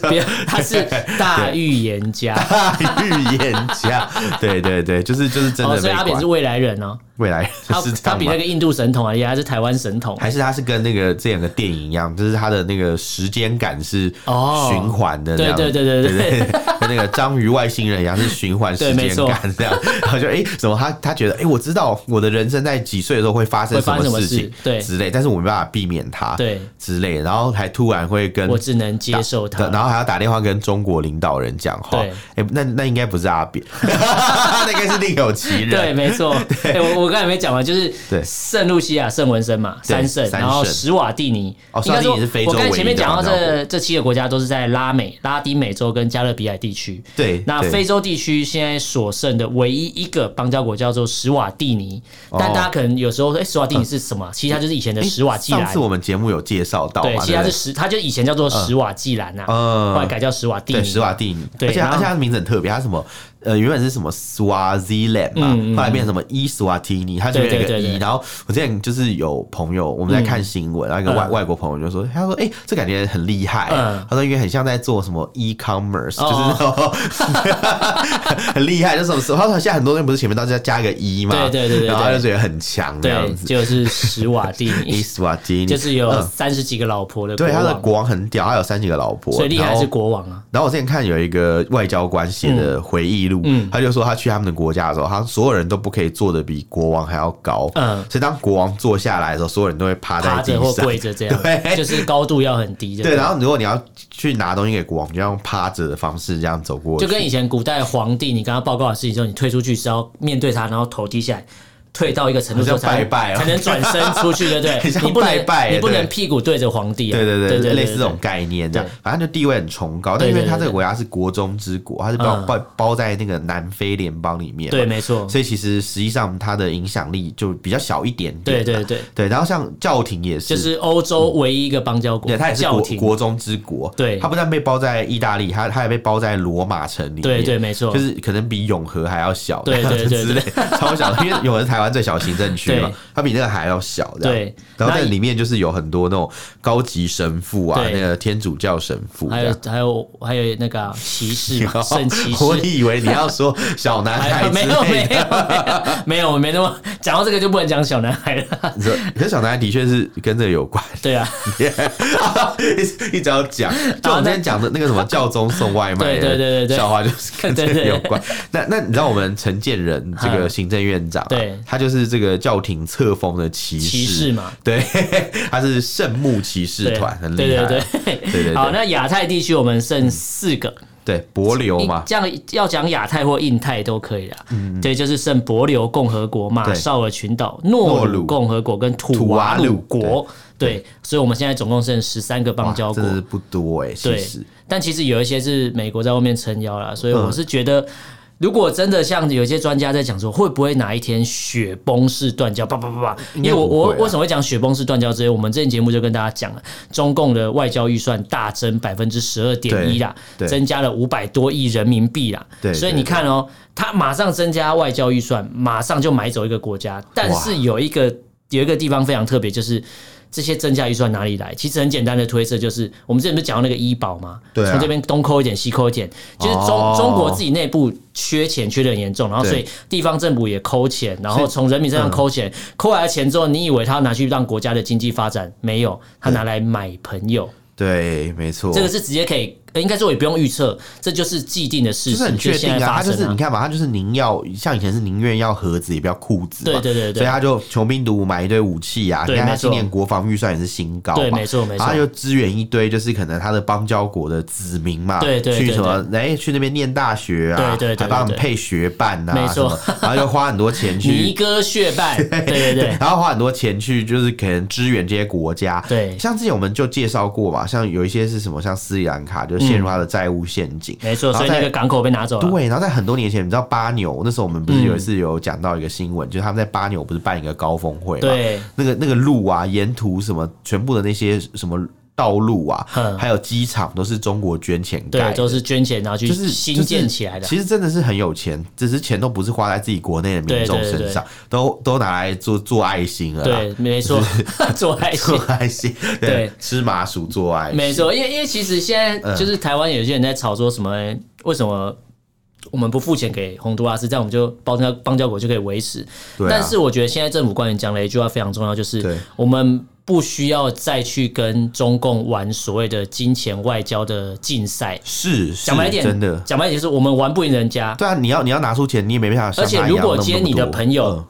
[SPEAKER 1] 别，他是大预言家，
[SPEAKER 2] 预言家，对对对，就是就是真
[SPEAKER 1] 哦，
[SPEAKER 2] 的
[SPEAKER 1] 所以
[SPEAKER 2] 被
[SPEAKER 1] 阿扁
[SPEAKER 2] 管
[SPEAKER 1] 是。未来人哦，
[SPEAKER 2] 未来
[SPEAKER 1] 他
[SPEAKER 2] 是这
[SPEAKER 1] 他
[SPEAKER 2] 样
[SPEAKER 1] 比
[SPEAKER 2] 吗
[SPEAKER 1] 那？个印度神童啊，也还是台湾神童，
[SPEAKER 2] 还是他是跟那个这两个电影一样，就是他的那个时间感是
[SPEAKER 1] 哦
[SPEAKER 2] 循环的那
[SPEAKER 1] 对
[SPEAKER 2] 样，
[SPEAKER 1] 对对对对
[SPEAKER 2] 对对，跟那个章鱼外星人一样是循环时
[SPEAKER 1] 对没
[SPEAKER 2] 间
[SPEAKER 1] 错
[SPEAKER 2] 感这样。然后就哎、诶怎么他他觉得哎、诶我知道我的人生在几岁的时候会发生
[SPEAKER 1] 会发生
[SPEAKER 2] 么
[SPEAKER 1] 什么
[SPEAKER 2] 事
[SPEAKER 1] 事
[SPEAKER 2] 情，
[SPEAKER 1] 对
[SPEAKER 2] 之类，但是我没办法避免它，
[SPEAKER 1] 对
[SPEAKER 2] 之类，然后还突然会 跟
[SPEAKER 1] 我只能接受他。
[SPEAKER 2] 然后还要打电话跟中国领导人讲话，
[SPEAKER 1] 对
[SPEAKER 2] 哎、那那应该不是阿扁，那应该是另有其人，
[SPEAKER 1] 对，没错。哎，我我刚才没讲完，就是
[SPEAKER 2] 对
[SPEAKER 1] 圣露西亚、圣文森嘛，
[SPEAKER 2] 对
[SPEAKER 1] 三圣，
[SPEAKER 2] 三
[SPEAKER 1] 然后
[SPEAKER 2] 圣
[SPEAKER 1] 史瓦蒂尼
[SPEAKER 2] 哦，
[SPEAKER 1] 应该
[SPEAKER 2] 史
[SPEAKER 1] 说
[SPEAKER 2] 瓦蒂尼是非，洲
[SPEAKER 1] 我刚才前面讲到
[SPEAKER 2] 唯一的邦
[SPEAKER 1] 这这七个国家都是在拉美、拉丁美洲跟加勒比海地区。
[SPEAKER 2] 对
[SPEAKER 1] 那
[SPEAKER 2] 对
[SPEAKER 1] 非洲地区现在所剩的唯一一个邦交国叫做史瓦蒂尼，但大家可能有时候说，哎，史瓦蒂尼是什么啊？其实它就是以前的
[SPEAKER 2] 哦诶
[SPEAKER 1] 史瓦济
[SPEAKER 2] 上
[SPEAKER 1] 兰
[SPEAKER 2] 次。我们节目有介绍到嘛，
[SPEAKER 1] 对，
[SPEAKER 2] 对不
[SPEAKER 1] 其实它
[SPEAKER 2] 对
[SPEAKER 1] 是史，它就以前叫做史瓦济兰呐，
[SPEAKER 2] 嗯
[SPEAKER 1] 后来改叫史瓦蒂
[SPEAKER 2] 对，
[SPEAKER 1] 尼。
[SPEAKER 2] 史瓦蒂尼，
[SPEAKER 1] 对
[SPEAKER 2] 而且
[SPEAKER 1] 然后
[SPEAKER 2] 而且它的名字很特别，它什么呃原本是什么 Swaziland 嘛，后来变成什么伊斯瓦提尼，它就变
[SPEAKER 1] 嗯对
[SPEAKER 2] 一个
[SPEAKER 1] 对对
[SPEAKER 2] 伊。
[SPEAKER 1] 对
[SPEAKER 2] 然后我之前就是有朋友我们在看新闻，然后一个外
[SPEAKER 1] 嗯
[SPEAKER 2] 外国朋友就说，他说哎这感觉很厉害
[SPEAKER 1] 嗯，
[SPEAKER 2] 他说因为很像在做什么 e-commerce，就是
[SPEAKER 1] 哦
[SPEAKER 2] 那种 很厉害，就是什么他说现在很多人不是前面都是加个一嘛，
[SPEAKER 1] 对对对对对
[SPEAKER 2] 然后他就觉得很强这
[SPEAKER 1] 对
[SPEAKER 2] 样，子。
[SPEAKER 1] 就是史瓦蒂
[SPEAKER 2] 伊
[SPEAKER 1] 尼，
[SPEAKER 2] 斯瓦提尼
[SPEAKER 1] 就是有
[SPEAKER 2] 嗯
[SPEAKER 1] 三十几个老婆的国
[SPEAKER 2] 对他的
[SPEAKER 1] 王，
[SPEAKER 2] 国王很屌，他有三几个老婆，
[SPEAKER 1] 所以厉害
[SPEAKER 2] 然
[SPEAKER 1] 的
[SPEAKER 2] 后
[SPEAKER 1] 是国王啊。
[SPEAKER 2] 然后我之前看有一个外交官写
[SPEAKER 1] 嗯
[SPEAKER 2] 的回忆录，他就说他去他们的国家的时候，他所有人都不可以坐的比国王还要高，
[SPEAKER 1] 嗯
[SPEAKER 2] 所以当国王坐下来的时候，所有人都会趴在
[SPEAKER 1] 趴
[SPEAKER 2] 地
[SPEAKER 1] 着或
[SPEAKER 2] 上，
[SPEAKER 1] 跪着这样，
[SPEAKER 2] 对
[SPEAKER 1] 就是高度要很低，吧
[SPEAKER 2] 对。然后如果你要去拿东西给国王，你就要用趴着的方式这样走过
[SPEAKER 1] 就
[SPEAKER 2] 去，
[SPEAKER 1] 跟以前古代皇帝，你跟他报告的事情之后，你退出去是要面对他，然后头低下来，退到一个程度之后
[SPEAKER 2] 好像
[SPEAKER 1] 才能
[SPEAKER 2] 拜拜哦
[SPEAKER 1] 才能转身出去，对不
[SPEAKER 2] 很
[SPEAKER 1] 对？
[SPEAKER 2] 像
[SPEAKER 1] 你不
[SPEAKER 2] 拜
[SPEAKER 1] 能
[SPEAKER 2] 拜
[SPEAKER 1] 你不能
[SPEAKER 2] 对
[SPEAKER 1] 屁股对着皇帝啊，
[SPEAKER 2] 对对
[SPEAKER 1] 对
[SPEAKER 2] 对，
[SPEAKER 1] 对，
[SPEAKER 2] 类似这种
[SPEAKER 1] 对。
[SPEAKER 2] 概念这样
[SPEAKER 1] 对，
[SPEAKER 2] 反正就地位很崇高。但
[SPEAKER 1] 对
[SPEAKER 2] 因
[SPEAKER 1] 对
[SPEAKER 2] 为它
[SPEAKER 1] 对
[SPEAKER 2] 这个国家是国中之国，它是包
[SPEAKER 1] 嗯
[SPEAKER 2] 包包在那个南非联邦里面嘛，
[SPEAKER 1] 对，没错，
[SPEAKER 2] 所以其实实际上它的影响力就比较小一点点
[SPEAKER 1] 对
[SPEAKER 2] 啊。
[SPEAKER 1] 对对，
[SPEAKER 2] 对，然后像教廷也。
[SPEAKER 1] 就是是欧洲唯一一个邦交国，
[SPEAKER 2] 对，它也是
[SPEAKER 1] 教
[SPEAKER 2] 国
[SPEAKER 1] 廷，
[SPEAKER 2] 国中之国。
[SPEAKER 1] 对
[SPEAKER 2] 它不但被包在意大利，它它也被包在罗马城里面。
[SPEAKER 1] 对对，没错，
[SPEAKER 2] 就是可能比永和还要小，
[SPEAKER 1] 对对对
[SPEAKER 2] 之类， 超小的，因为永和是台湾最小行政区嘛
[SPEAKER 1] 对，
[SPEAKER 2] 它比那个还要小，这样
[SPEAKER 1] 对
[SPEAKER 2] 然后
[SPEAKER 1] 那
[SPEAKER 2] 在里面就是有很多那种高级神父啊，
[SPEAKER 1] 对
[SPEAKER 2] 那个天主教神父这
[SPEAKER 1] 还有
[SPEAKER 2] 样。
[SPEAKER 1] 还有还有那个啊骑士嘛，圣骑士，
[SPEAKER 2] 我以为你要说小男孩
[SPEAKER 1] 哎 没
[SPEAKER 2] 之
[SPEAKER 1] 有没
[SPEAKER 2] 类
[SPEAKER 1] 有没
[SPEAKER 2] 的，
[SPEAKER 1] 有没有，我没那么讲到这个就不能讲小男孩了。
[SPEAKER 2] 你说可是小男孩的确是跟这个有关。
[SPEAKER 1] 对啊，
[SPEAKER 2] 一直要 讲，就
[SPEAKER 1] 好
[SPEAKER 2] 我们
[SPEAKER 1] 那
[SPEAKER 2] 之前讲的那个什么教宗送外卖
[SPEAKER 1] 对对对对
[SPEAKER 2] 的
[SPEAKER 1] 对
[SPEAKER 2] 笑话，就是跟这个有关。那那你知道我们陈建仁这个
[SPEAKER 1] 嗯
[SPEAKER 2] 行政院长啊，
[SPEAKER 1] 对
[SPEAKER 2] 他就是这个教廷册封的骑
[SPEAKER 1] 骑士
[SPEAKER 2] 士
[SPEAKER 1] 嘛，
[SPEAKER 2] 对，他是圣牧骑士
[SPEAKER 1] 对
[SPEAKER 2] 团，很厉
[SPEAKER 1] 对
[SPEAKER 2] 害。
[SPEAKER 1] 对
[SPEAKER 2] 对
[SPEAKER 1] 对
[SPEAKER 2] 对对
[SPEAKER 1] 好，那亚太地区我们剩四个，
[SPEAKER 2] 对，帛琉
[SPEAKER 1] 一
[SPEAKER 2] 嘛，嗯
[SPEAKER 1] 这样要讲亚太或印太都可以啦。对，就是圣伯琉共和国、马
[SPEAKER 2] 对
[SPEAKER 1] 绍尔群岛、诺
[SPEAKER 2] 诺
[SPEAKER 1] 鲁
[SPEAKER 2] 鲁
[SPEAKER 1] 共和国跟土瓦鲁国。对，所以我们现在总共剩十三个邦
[SPEAKER 2] 哇
[SPEAKER 1] 交国
[SPEAKER 2] 真。的是不多哎，其
[SPEAKER 1] 对
[SPEAKER 2] 实。
[SPEAKER 1] 但其实有一些是美国在外面撑腰啦，所以
[SPEAKER 2] 嗯
[SPEAKER 1] 我是觉得，如果真的像有些专家在讲说，会不会哪一天雪崩式断交？叭叭叭叭！因为我
[SPEAKER 2] 应该不
[SPEAKER 1] 我
[SPEAKER 2] 会啊
[SPEAKER 1] 为什么会讲雪崩式断交之类？我们这期节目就跟大家讲了，中共的外交预算大增百分之十二点一啦，
[SPEAKER 2] 对对
[SPEAKER 1] 增加了五百多亿人民币啦。
[SPEAKER 2] 对
[SPEAKER 1] 所以
[SPEAKER 2] 对
[SPEAKER 1] 你看哦、他马上增加外交预算，马上就买走一个国家，但
[SPEAKER 2] 哇
[SPEAKER 1] 是有一个有一个地方非常特别，就是。这些增加预算哪里来？其实很简单的推测，就是我们之前不是讲到那个医保嘛，
[SPEAKER 2] 对啊
[SPEAKER 1] 从这边东抠一点，西抠一点，就是中、
[SPEAKER 2] 哦
[SPEAKER 1] 中国自己内部缺钱缺的很严重，然后
[SPEAKER 2] 对
[SPEAKER 1] 所以地方政府也抠钱，然后从人民身上抠
[SPEAKER 2] 嗯
[SPEAKER 1] 钱，抠来的钱之后，你以为他拿去让国家的经济发展？没有，他拿来买朋友，
[SPEAKER 2] 哦对，没错，
[SPEAKER 1] 这个是直接可以，呃应该说也不用预测，这就是既定的事
[SPEAKER 2] 就
[SPEAKER 1] 实，
[SPEAKER 2] 是很确定
[SPEAKER 1] 现在
[SPEAKER 2] 啊，
[SPEAKER 1] 发
[SPEAKER 2] 他就
[SPEAKER 1] 生
[SPEAKER 2] 是你
[SPEAKER 1] 啊。
[SPEAKER 2] 看嘛，他就是宁要像以前是宁愿要盒子也不要裤子
[SPEAKER 1] 对
[SPEAKER 2] 嘛，
[SPEAKER 1] 对对对
[SPEAKER 2] 所以他就穷兵黩武买一堆武器啊，
[SPEAKER 1] 对
[SPEAKER 2] 你看他
[SPEAKER 1] 没错
[SPEAKER 2] 今年国防预算也是新高嘛，
[SPEAKER 1] 对没错没错
[SPEAKER 2] 然后他就支援一堆就是可能他的邦交国的子民嘛，
[SPEAKER 1] 对对
[SPEAKER 2] 去
[SPEAKER 1] 对
[SPEAKER 2] 什么哎去那边念大学啊，
[SPEAKER 1] 对对对对
[SPEAKER 2] 还帮他们
[SPEAKER 1] 对
[SPEAKER 2] 配学伴啊，
[SPEAKER 1] 没错
[SPEAKER 2] 什么，然后就花很 多钱
[SPEAKER 1] 尼
[SPEAKER 2] 去。
[SPEAKER 1] 哥血 拜，对对对，
[SPEAKER 2] 然后花很多钱去，就是可能支援这些国家。
[SPEAKER 1] 对
[SPEAKER 2] 像之前我们就介绍过嘛，像有一些是什么，像斯里兰卡就陷入他的债务陷阱，
[SPEAKER 1] 嗯没错，
[SPEAKER 2] 然后
[SPEAKER 1] 所以那
[SPEAKER 2] 再
[SPEAKER 1] 个港口被拿走了。
[SPEAKER 2] 对，然后在很多年前，你知道巴纽那时候我们不是
[SPEAKER 1] 嗯
[SPEAKER 2] 有一次有讲到一个新闻，就是他们在巴纽不是办一个高峰会嘛？，
[SPEAKER 1] 对，
[SPEAKER 2] 那个那个路啊，沿途什么全部的那些什么道路啊
[SPEAKER 1] 嗯，
[SPEAKER 2] 还有机场都是中国捐钱盖
[SPEAKER 1] 对，
[SPEAKER 2] 的。
[SPEAKER 1] 都是捐钱然后去
[SPEAKER 2] 就是
[SPEAKER 1] 新建起来
[SPEAKER 2] 就
[SPEAKER 1] 的
[SPEAKER 2] 是。其实真的是很有钱，只是钱都不是花在自己国内的民众
[SPEAKER 1] 对对对
[SPEAKER 2] 身上，都都拿来做做爱心了啦，
[SPEAKER 1] 对，没错， 做爱心
[SPEAKER 2] 做。爱心，
[SPEAKER 1] 对
[SPEAKER 2] 对，吃麻薯做爱心，
[SPEAKER 1] 没错，因为因为其实现在就是台湾有些人在吵说什么、欸为什么我们不付钱给洪都拉斯，这样我们就邦交邦交国就可以维持、
[SPEAKER 2] 对啊
[SPEAKER 1] 但是我觉得现在政府官员讲了一句话非常重要，就
[SPEAKER 2] 对
[SPEAKER 1] 是我们。不需要再去跟中共玩所谓的金钱外交的竞赛。
[SPEAKER 2] 是是
[SPEAKER 1] 讲白一点，
[SPEAKER 2] 真的，
[SPEAKER 1] 讲白一点，就是我们玩不赢人家，
[SPEAKER 2] 对啊，你要你要拿出钱，你也没办法像
[SPEAKER 1] 而且
[SPEAKER 2] 他一
[SPEAKER 1] 如
[SPEAKER 2] 样
[SPEAKER 1] 果
[SPEAKER 2] 弄那
[SPEAKER 1] 今
[SPEAKER 2] 么
[SPEAKER 1] 天你的
[SPEAKER 2] 多
[SPEAKER 1] 朋友
[SPEAKER 2] 嗯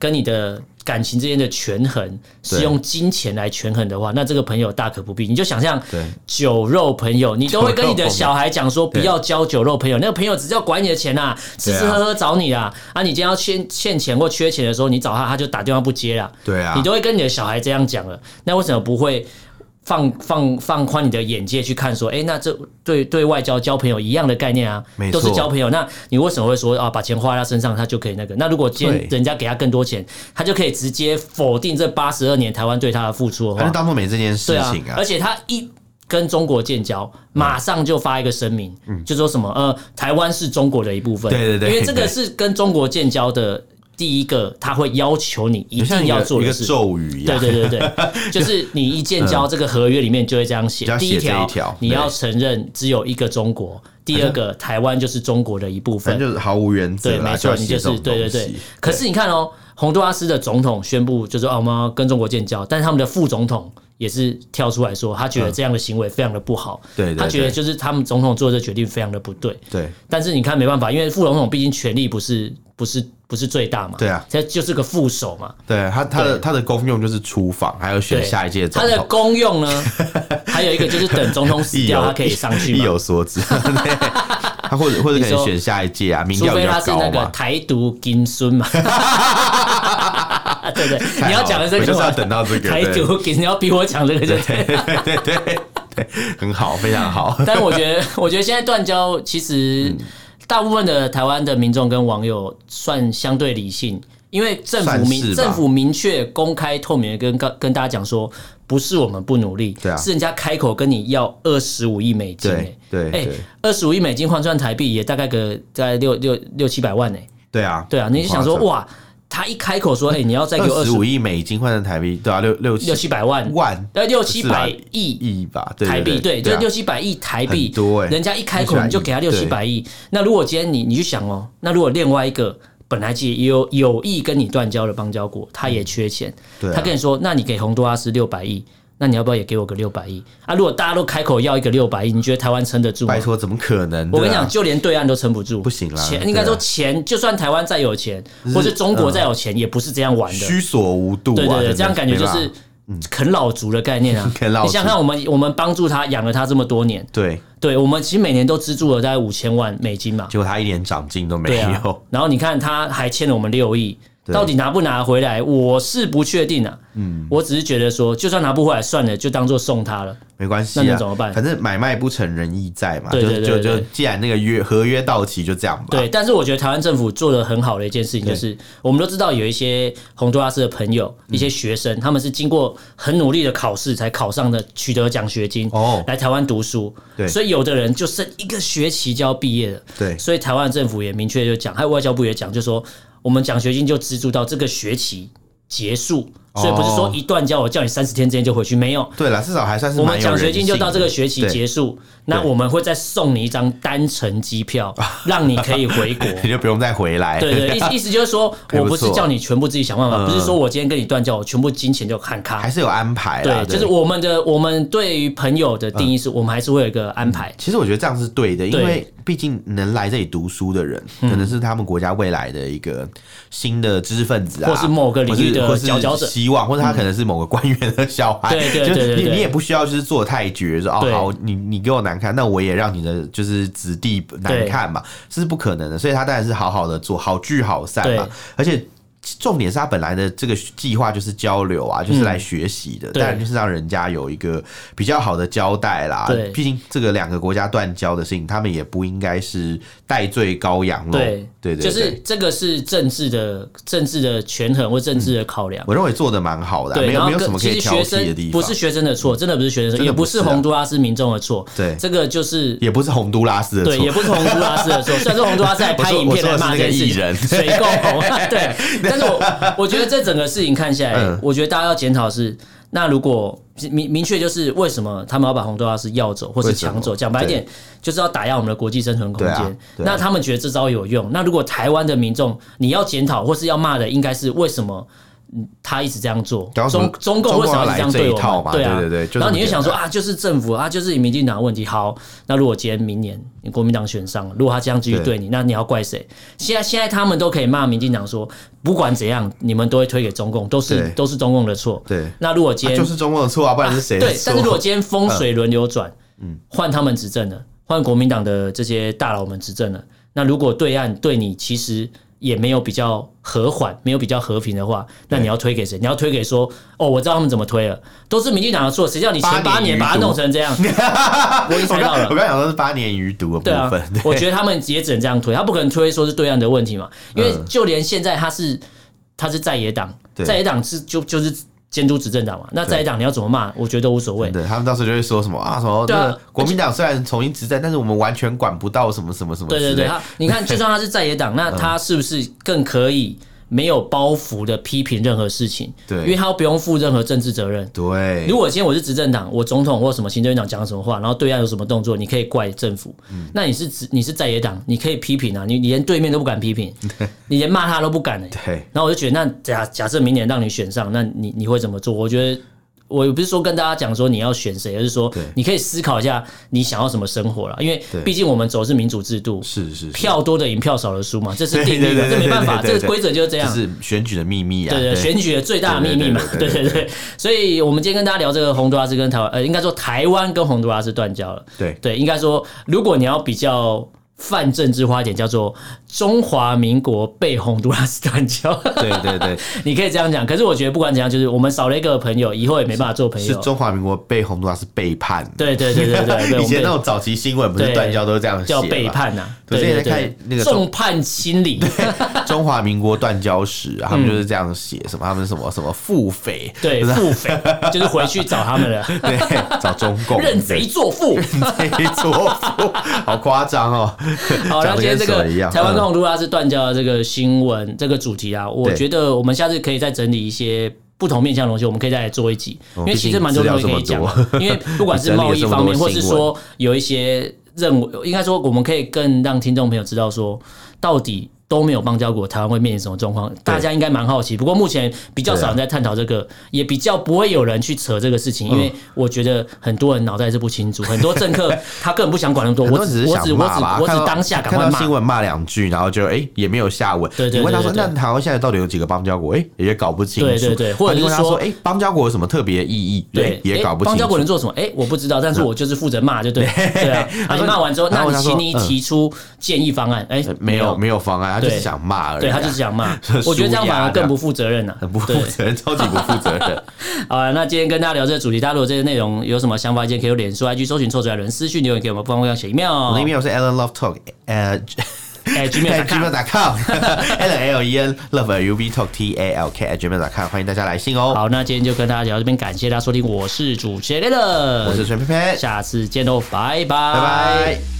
[SPEAKER 1] 跟你的感情之间的权衡是
[SPEAKER 2] 对
[SPEAKER 1] 用金钱来权衡的话，那这个朋友大可不必。你就想象
[SPEAKER 2] 对
[SPEAKER 1] 酒肉朋友，你都会跟你的小孩讲说不
[SPEAKER 2] 对
[SPEAKER 1] 要交酒肉朋友，那个朋友只是要管你的钱啊，吃
[SPEAKER 2] 对啊
[SPEAKER 1] 吃喝喝找你啊，啊，你今天要欠欠钱或缺钱的时候，你找他他就打电话不接啦。
[SPEAKER 2] 对啊，
[SPEAKER 1] 你都会跟你的小孩这样讲了，那为什么不会放放放宽你的眼界去看说，哎、那这对对外交交朋友一样的概念啊
[SPEAKER 2] 没，
[SPEAKER 1] 都
[SPEAKER 2] 错
[SPEAKER 1] 是交朋友。那你为什么会说啊，把钱花在他身上，他就可以那个？那如果今天
[SPEAKER 2] 对
[SPEAKER 1] 人家给他更多钱，他就可以直接否定这八十二年台湾对他的付出的
[SPEAKER 2] 他就
[SPEAKER 1] 话，
[SPEAKER 2] 当做没这件事
[SPEAKER 1] 对啊
[SPEAKER 2] 情，啊嗯
[SPEAKER 1] 而。且他一。跟中国建交，马上就发一个声明，就说什么呃，台湾是中国的一部分。
[SPEAKER 2] 对对对
[SPEAKER 1] 因为这个
[SPEAKER 2] 对
[SPEAKER 1] 是跟中国建交的第一个，他会要求你一
[SPEAKER 2] 就像
[SPEAKER 1] 定
[SPEAKER 2] 一
[SPEAKER 1] 要
[SPEAKER 2] 个
[SPEAKER 1] 做
[SPEAKER 2] 一
[SPEAKER 1] 的
[SPEAKER 2] 个
[SPEAKER 1] 事。
[SPEAKER 2] 咒语一
[SPEAKER 1] 对
[SPEAKER 2] 样，
[SPEAKER 1] 对对 对，就是你一建交这个合约里面就会这样写
[SPEAKER 2] 嗯就，要
[SPEAKER 1] 第一
[SPEAKER 2] 写这
[SPEAKER 1] 条
[SPEAKER 2] 一条
[SPEAKER 1] 你
[SPEAKER 2] 对
[SPEAKER 1] 要承认只有一个中国，第二 个台湾就是中国的一部
[SPEAKER 2] 反
[SPEAKER 1] 分，
[SPEAKER 2] 正就是毫无原则
[SPEAKER 1] 对，
[SPEAKER 2] 啦，
[SPEAKER 1] 没
[SPEAKER 2] 要
[SPEAKER 1] 错，你就
[SPEAKER 2] 写这
[SPEAKER 1] 是
[SPEAKER 2] 种
[SPEAKER 1] 对对
[SPEAKER 2] 东
[SPEAKER 1] 对
[SPEAKER 2] 西。。
[SPEAKER 1] 可是你看哦，洪都拉斯的总统宣布就是啊，我们要跟中国建交，但是他们的副总统也是跳出来说，他觉得这样的行为非常的不好，
[SPEAKER 2] 对对对
[SPEAKER 1] 他觉得就是他们总统做的决定非常的不对。
[SPEAKER 2] 对
[SPEAKER 1] 但是你看没办法，因为副总统毕竟权力不是不是不是最大嘛，
[SPEAKER 2] 对啊
[SPEAKER 1] 他就是个副手嘛，
[SPEAKER 2] 对，他他的
[SPEAKER 1] 对
[SPEAKER 2] 他的功用就是出访，还有选
[SPEAKER 1] 对，
[SPEAKER 2] 下一届总
[SPEAKER 1] 它的
[SPEAKER 2] 统。
[SPEAKER 1] 功用呢，还有一个就是等总统死
[SPEAKER 2] 意
[SPEAKER 1] 掉，
[SPEAKER 2] 有
[SPEAKER 1] 他可以上去
[SPEAKER 2] 意
[SPEAKER 1] 嘛。
[SPEAKER 2] 有所 指。 对他或者或者
[SPEAKER 1] 你
[SPEAKER 2] 可
[SPEAKER 1] 说
[SPEAKER 2] 能选下一届啊，民
[SPEAKER 1] 除
[SPEAKER 2] 调比
[SPEAKER 1] 非他是
[SPEAKER 2] 较
[SPEAKER 1] 那
[SPEAKER 2] 高
[SPEAKER 1] 个
[SPEAKER 2] 嘛。
[SPEAKER 1] 台独金孙嘛， 对不对？ 你要讲的这
[SPEAKER 2] 我
[SPEAKER 1] 个
[SPEAKER 2] 就是要
[SPEAKER 1] 我
[SPEAKER 2] 等到这个
[SPEAKER 1] 台
[SPEAKER 2] 对
[SPEAKER 1] 独，你要比我讲这个就对。
[SPEAKER 2] 对对对对，很好，非常好。
[SPEAKER 1] 但 是我觉得，我觉得现在断交其实
[SPEAKER 2] 嗯
[SPEAKER 1] 大部分的台湾的民众跟网友算相对理性，因为政府
[SPEAKER 2] 算
[SPEAKER 1] 明
[SPEAKER 2] 是吧
[SPEAKER 1] 政府明确、公开、透明的跟跟跟大家讲说，不是我们不努力，
[SPEAKER 2] 对啊
[SPEAKER 1] 是人家开口跟你要二十五亿美金、欸
[SPEAKER 2] 对，对
[SPEAKER 1] 哎
[SPEAKER 2] 对，
[SPEAKER 1] 二十五亿美金换算台币也大概个在六六六七百万呢、欸
[SPEAKER 2] 对啊，
[SPEAKER 1] 对啊，你就想说哇，他一开口说，哎、你要再给我
[SPEAKER 2] 二
[SPEAKER 1] 二
[SPEAKER 2] 十
[SPEAKER 1] 十
[SPEAKER 2] 五亿美金换成台币，对啊，六六
[SPEAKER 1] 六七百万，
[SPEAKER 2] 万
[SPEAKER 1] 呃，六七百亿
[SPEAKER 2] 亿吧，对
[SPEAKER 1] 台币，
[SPEAKER 2] 对
[SPEAKER 1] 对，就
[SPEAKER 2] 啊
[SPEAKER 1] 六七百亿台币，
[SPEAKER 2] 很多欸
[SPEAKER 1] 人家一开口
[SPEAKER 2] 600
[SPEAKER 1] 你就给他六
[SPEAKER 2] 对
[SPEAKER 1] 七百亿。那如果今天你你去想哦，那如果另外一个本来也有有意跟你断交的邦交国，他也缺钱，
[SPEAKER 2] 嗯对啊
[SPEAKER 1] 他跟你说，那你给洪都拉斯六百亿，那你要不要也给我个六百亿啊？如果大家都开口要一个六百亿，你觉得台湾撑得住吗
[SPEAKER 2] 拜？托，怎么可能？
[SPEAKER 1] 我跟你
[SPEAKER 2] 对啊
[SPEAKER 1] 讲，，就连对岸都撑不住，
[SPEAKER 2] 不行啦
[SPEAKER 1] 钱
[SPEAKER 2] 对啊
[SPEAKER 1] 应该说钱，就算台湾再有钱，或者中国再有钱，也不是这样玩的。
[SPEAKER 2] 虚所无度啊，
[SPEAKER 1] 对对
[SPEAKER 2] 真
[SPEAKER 1] 对，
[SPEAKER 2] 的
[SPEAKER 1] 这样感觉就。
[SPEAKER 2] 没
[SPEAKER 1] 是
[SPEAKER 2] 办法。
[SPEAKER 1] 啃老族的概念啊
[SPEAKER 2] 啃老族
[SPEAKER 1] 你想想看，我们我们帮助他养了他这么多年，
[SPEAKER 2] 对，
[SPEAKER 1] 对我们其实每年都资助了大概五千万美金嘛。
[SPEAKER 2] 结果他一点长进都没
[SPEAKER 1] 对
[SPEAKER 2] 有，
[SPEAKER 1] 啊，然后你看他还欠了我们六亿，
[SPEAKER 2] 对
[SPEAKER 1] 到底拿不拿回来，我是不确定啊。嗯，我只是觉得说，就算拿不回来，算了，就当做送他了。
[SPEAKER 2] 没关系、啊，
[SPEAKER 1] 那能怎么办
[SPEAKER 2] 反正买卖不成仁义在嘛，
[SPEAKER 1] 对对对
[SPEAKER 2] 就就
[SPEAKER 1] 对
[SPEAKER 2] 就既然那个约合约到期，就这样吧。
[SPEAKER 1] 对，但是我觉得台湾政府做的很好的一件事情，
[SPEAKER 2] 对
[SPEAKER 1] 就是我们都知道有一些洪都拉斯的朋友、
[SPEAKER 2] 嗯
[SPEAKER 1] 一些学生，他们是经过很努力的考试才考上的，取得奖学金，
[SPEAKER 2] 哦
[SPEAKER 1] 来台湾读书。
[SPEAKER 2] 对
[SPEAKER 1] 所以有的人就剩一个学期就要毕业了。
[SPEAKER 2] 对
[SPEAKER 1] 所以台湾政府也明确就讲，还有外交部也讲，就说我们奖学金就资助到这个学期结束，所以不是说
[SPEAKER 2] 哦
[SPEAKER 1] 一断交我叫你三十天之间就回去，没有。
[SPEAKER 2] 对了，至少还算是
[SPEAKER 1] 我
[SPEAKER 2] 蛮
[SPEAKER 1] 们
[SPEAKER 2] 有
[SPEAKER 1] 奖学
[SPEAKER 2] 人性
[SPEAKER 1] 金
[SPEAKER 2] 的
[SPEAKER 1] 就到这个学期结束，那我们会再送你一张单程机 票，让你可以回国。
[SPEAKER 2] 你 就不用再回来。
[SPEAKER 1] 对对，意意思就是说，
[SPEAKER 2] 还
[SPEAKER 1] 我
[SPEAKER 2] 不
[SPEAKER 1] 不是
[SPEAKER 2] 错
[SPEAKER 1] 叫你全部自己想办法，
[SPEAKER 2] 嗯
[SPEAKER 1] 不是说我今天跟你断交，我全部金钱就喊
[SPEAKER 2] 还
[SPEAKER 1] 卡。
[SPEAKER 2] 是有安排啦。
[SPEAKER 1] 对，就是我们的我们对于朋友的定义是，我们还是会有一个安排。
[SPEAKER 2] 其实我觉得这样是对的，因
[SPEAKER 1] 对嗯
[SPEAKER 2] 为毕竟能来这里读书的人，可能是他们国家未来的一个新的知识分子啊，
[SPEAKER 1] 或是某个领域的
[SPEAKER 2] 或是
[SPEAKER 1] 佼佼
[SPEAKER 2] 或是
[SPEAKER 1] 者
[SPEAKER 2] 希望，或者他可能是某个官员的小孩。
[SPEAKER 1] 对对
[SPEAKER 2] 就
[SPEAKER 1] 对对
[SPEAKER 2] 你
[SPEAKER 1] 对
[SPEAKER 2] 你也不需要就是做得太绝，说哦
[SPEAKER 1] 对
[SPEAKER 2] 好，你你给我难看，那我也让你的就是子弟难看嘛，这是不可能的。所以他当然是好好的做好聚好散嘛
[SPEAKER 1] 对，
[SPEAKER 2] 而且。重点是他本来的这个计划就是交流啊，就是来学习的，
[SPEAKER 1] 对
[SPEAKER 2] 当然就是让人家有一个比较好的交代啦。
[SPEAKER 1] 对
[SPEAKER 2] 毕竟这个两个国家断交的事情，他们也不应该是戴罪羔羊喽。
[SPEAKER 1] 对
[SPEAKER 2] 对对，
[SPEAKER 1] 就是
[SPEAKER 2] 对
[SPEAKER 1] 这个是政治的政治的权衡或政治的考量。
[SPEAKER 2] 我认为做的蛮好的啊、
[SPEAKER 1] 对，
[SPEAKER 2] 嗯没
[SPEAKER 1] 然
[SPEAKER 2] 有
[SPEAKER 1] 后
[SPEAKER 2] 没有
[SPEAKER 1] 跟
[SPEAKER 2] 什么可
[SPEAKER 1] 其实
[SPEAKER 2] 以挑
[SPEAKER 1] 学
[SPEAKER 2] 剔的
[SPEAKER 1] 生
[SPEAKER 2] 地
[SPEAKER 1] 不
[SPEAKER 2] 方，嗯
[SPEAKER 1] 是学生的错，真的不是学生的
[SPEAKER 2] 真
[SPEAKER 1] 错，
[SPEAKER 2] 的
[SPEAKER 1] 也
[SPEAKER 2] 不
[SPEAKER 1] 不
[SPEAKER 2] 是
[SPEAKER 1] 是
[SPEAKER 2] 啊
[SPEAKER 1] 洪都拉斯民众的错。
[SPEAKER 2] 对
[SPEAKER 1] 这个就是
[SPEAKER 2] 也不是洪都拉斯的
[SPEAKER 1] 对，也不
[SPEAKER 2] 错。
[SPEAKER 1] 是洪都拉斯 的错。虽然说洪都拉斯还拍影片来骂这件事
[SPEAKER 2] 我说我说的
[SPEAKER 1] 情，
[SPEAKER 2] 是
[SPEAKER 1] 水够 红，啊对。但是我我觉得这整个事情看下来
[SPEAKER 2] 嗯，
[SPEAKER 1] 我觉得大家要检讨的是，那如果明明确就是为什么他们要把洪都拉斯要走或是
[SPEAKER 2] 为什么
[SPEAKER 1] 抢走？讲白一点，就是要打压我们的国际生存空
[SPEAKER 2] 对啊
[SPEAKER 1] 间。
[SPEAKER 2] 对啊
[SPEAKER 1] 那他们觉得这招有用。那如果台湾的民众你要检讨或是要骂的，应该是为什么？嗯他一直这样做
[SPEAKER 2] 对啊，什么
[SPEAKER 1] 中中共为什么一直这样对
[SPEAKER 2] 中共要来这一套
[SPEAKER 1] 我
[SPEAKER 2] 嘛
[SPEAKER 1] 们？对啊，
[SPEAKER 2] 对对对就这么
[SPEAKER 1] 然后你就想说
[SPEAKER 2] 简
[SPEAKER 1] 啊，就是政府啊，就是民进党的问题。好，那如果今天明年你国民党选上了，如果他这样继续对你，那你要怪谁？现在现在他们都可以骂民进党说，不管怎样，你们都会推给中共，都是
[SPEAKER 2] 对
[SPEAKER 1] 都是中共的错。
[SPEAKER 2] 对
[SPEAKER 1] 那如果今
[SPEAKER 2] 啊
[SPEAKER 1] 天、
[SPEAKER 2] 就是中共的错啊，不然是谁的
[SPEAKER 1] 对，
[SPEAKER 2] 错？
[SPEAKER 1] 但是如果今天风水轮流转，嗯，换他们执政了，换国民党的这些大佬们执政了，那如果对岸对你其实也没有比较和缓，没有比较和平的话，那你要推给谁？你要推给说，哦，我知道他们怎么推了，都是民进党的错，谁叫你前
[SPEAKER 2] 八
[SPEAKER 1] 八年
[SPEAKER 2] 年余
[SPEAKER 1] 把它
[SPEAKER 2] 毒
[SPEAKER 1] 弄成这 样？我已经
[SPEAKER 2] 我
[SPEAKER 1] 猜
[SPEAKER 2] 刚
[SPEAKER 1] 到了
[SPEAKER 2] 我。刚想说是八年余毒
[SPEAKER 1] 对
[SPEAKER 2] 的
[SPEAKER 1] 啊
[SPEAKER 2] 部分，，
[SPEAKER 1] 我觉得他们也只能这样推，他不可能推说是对岸的问题嘛，
[SPEAKER 2] 嗯
[SPEAKER 1] 因为就连现在他是他是在野党，
[SPEAKER 2] 对
[SPEAKER 1] 在野党是就就是监督执政党嘛，那在野党你要怎么骂，我觉得都无所谓。
[SPEAKER 2] 对他们到时候就会说什么啊什么，
[SPEAKER 1] 对啊
[SPEAKER 2] 那个国民党虽然重新执政，但是我们完全管不到什么什么什么
[SPEAKER 1] 对对
[SPEAKER 2] 之类
[SPEAKER 1] 对，他你看，就算他是在野党，
[SPEAKER 2] 嗯
[SPEAKER 1] 那他是不是更可以没有包袱的批评任何事情？
[SPEAKER 2] 对
[SPEAKER 1] 因为他不用负任何政治责任。
[SPEAKER 2] 对，
[SPEAKER 1] 如果今天我是执政党，我总统或什么行政院长讲什么话，然后对岸有什么动作，你可以怪政府。
[SPEAKER 2] 嗯
[SPEAKER 1] 那你是执你是在野党，你可以批评啊，你你连对面都不敢批评，你连骂他都不敢哎、
[SPEAKER 2] 对
[SPEAKER 1] 然后我就觉得，那假假设明年让你选上，那你你会怎么做？我觉得。我也不是说跟大家讲说你要选谁，而是说
[SPEAKER 2] 对
[SPEAKER 1] 你可以思考一下你想要什么生活了，因为
[SPEAKER 2] 对
[SPEAKER 1] 毕竟我们走的是民主制度，
[SPEAKER 2] 是是是
[SPEAKER 1] 票多的赢，票少的输 嘛，这是定
[SPEAKER 2] 对
[SPEAKER 1] 律
[SPEAKER 2] 对
[SPEAKER 1] 嘛，
[SPEAKER 2] 对
[SPEAKER 1] 这
[SPEAKER 2] 对
[SPEAKER 1] 没办法，
[SPEAKER 2] 对对
[SPEAKER 1] 这个
[SPEAKER 2] 对
[SPEAKER 1] 规则就是这样
[SPEAKER 2] 就。是选举的秘密啊，
[SPEAKER 1] 对对，选举的最大的秘密嘛，
[SPEAKER 2] 对
[SPEAKER 1] 对对对。所以我们今天跟大家聊这个洪都拉斯跟台湾，呃，应该说台湾跟洪都拉斯断交了。
[SPEAKER 2] 对
[SPEAKER 1] 对，应该说，如果你要比较泛政治化一点，叫做中华民国被洪都拉斯断交。
[SPEAKER 2] 对对对，
[SPEAKER 1] 你可以这样讲，可是我觉得不管怎样，就是我们少了一个朋友，以后也没办法做朋
[SPEAKER 2] 是
[SPEAKER 1] 友。
[SPEAKER 2] 中华民国被洪都拉斯背叛。
[SPEAKER 1] 对对对对对对，
[SPEAKER 2] 以前那
[SPEAKER 1] 我们
[SPEAKER 2] 种早期新闻不是
[SPEAKER 1] 对
[SPEAKER 2] 断交都是这样
[SPEAKER 1] 被
[SPEAKER 2] 写
[SPEAKER 1] 叫
[SPEAKER 2] 吗
[SPEAKER 1] 背。叛呐、
[SPEAKER 2] 我
[SPEAKER 1] 对
[SPEAKER 2] 之
[SPEAKER 1] 对
[SPEAKER 2] 前在
[SPEAKER 1] 对
[SPEAKER 2] 看，那个
[SPEAKER 1] 众叛亲离。
[SPEAKER 2] 中华民国断交史啊，他们就是这样写，什么他们什么什么腹匪，
[SPEAKER 1] 嗯 对，
[SPEAKER 2] 就是
[SPEAKER 1] 腹匪就是回去找他们了，
[SPEAKER 2] 对，找中共
[SPEAKER 1] 认贼作 父。
[SPEAKER 2] 认贼作父， 好夸张哦！
[SPEAKER 1] 好，那
[SPEAKER 2] 讲得
[SPEAKER 1] 今天
[SPEAKER 2] 跟
[SPEAKER 1] 这
[SPEAKER 2] 什么一
[SPEAKER 1] 个
[SPEAKER 2] 样？
[SPEAKER 1] 台湾跟
[SPEAKER 2] 嗯
[SPEAKER 1] 洪都拉斯断交的这个新闻、这个主题啊，我
[SPEAKER 2] 对
[SPEAKER 1] 觉得我们下次可以再整理一些。不同面向的东西，我们可以再来做一集，因为其实蛮多东西可以讲
[SPEAKER 2] 毕竟哦资料这
[SPEAKER 1] 的。
[SPEAKER 2] 么多
[SPEAKER 1] 因为不管是贸易方面，
[SPEAKER 2] 整理了这么
[SPEAKER 1] 或
[SPEAKER 2] 多
[SPEAKER 1] 是
[SPEAKER 2] 新闻
[SPEAKER 1] 说有一些任务，应该说我们可以更让听众朋友知道说，到底都没有邦交国，台湾会面临什么状况？大家应该蛮好奇。不过目前比较少人在探讨这个，也比较不会有人去扯这个事情，因
[SPEAKER 2] 嗯
[SPEAKER 1] 为我觉得很多人脑袋是不清楚，很多政客 他根本不想管那么多，
[SPEAKER 2] 很
[SPEAKER 1] 我
[SPEAKER 2] 多只是
[SPEAKER 1] 我
[SPEAKER 2] 想
[SPEAKER 1] 只我
[SPEAKER 2] 骂
[SPEAKER 1] 只
[SPEAKER 2] 吧，
[SPEAKER 1] 我只
[SPEAKER 2] 看到
[SPEAKER 1] 当下赶
[SPEAKER 2] 看
[SPEAKER 1] 快
[SPEAKER 2] 到
[SPEAKER 1] 骂
[SPEAKER 2] 新。闻骂两句，然后就哎也没有下文。
[SPEAKER 1] 对对
[SPEAKER 2] 你问他
[SPEAKER 1] 对
[SPEAKER 2] 说，
[SPEAKER 1] 对
[SPEAKER 2] 那
[SPEAKER 1] 对
[SPEAKER 2] 台湾现在到底有几个邦交国？哎，也搞不清楚。
[SPEAKER 1] 对对对或者
[SPEAKER 2] 你问
[SPEAKER 1] 是
[SPEAKER 2] 他
[SPEAKER 1] 说
[SPEAKER 2] 说，哎，邦交国有什么特别意义？
[SPEAKER 1] 对
[SPEAKER 2] 哎，也
[SPEAKER 1] 诶
[SPEAKER 2] 搞不清
[SPEAKER 1] 邦
[SPEAKER 2] 楚。
[SPEAKER 1] 交国能做什么？哎，我不知道，但是我就是负责骂就对 了。对啊，啊你骂完之后，
[SPEAKER 2] 然
[SPEAKER 1] 那
[SPEAKER 2] 后
[SPEAKER 1] 你
[SPEAKER 2] 他说
[SPEAKER 1] 请你
[SPEAKER 2] 嗯
[SPEAKER 1] 提出建议方案。哎
[SPEAKER 2] 呃，没有没有方案，他就是
[SPEAKER 1] 对
[SPEAKER 2] 想骂而已啊。，
[SPEAKER 1] 对他就是想骂 我觉得这样反而更不负责任了、
[SPEAKER 2] 很不负
[SPEAKER 1] 对，
[SPEAKER 2] 责任， 超级不负责任。
[SPEAKER 1] 好啊，那今天跟大家聊这个主题，大家如果这些内容有什么想法、意见，可以用脸书、IG 搜寻“臭嘴爱人”私讯留言给我们，不方便写 email。
[SPEAKER 2] 我的 email 是 alan love talk，呃。
[SPEAKER 1] 哎
[SPEAKER 2] g m a i l
[SPEAKER 1] ，gmail.com。
[SPEAKER 2] l l e n love u v talk t a l k at gmail.com，欢迎大家来信哦。
[SPEAKER 1] 好，那今天就跟大家聊到这边，感谢大家收听，我是主持人 l e
[SPEAKER 2] 我是陈佩佩，
[SPEAKER 1] 哦下次见喽，拜拜，
[SPEAKER 2] 拜拜。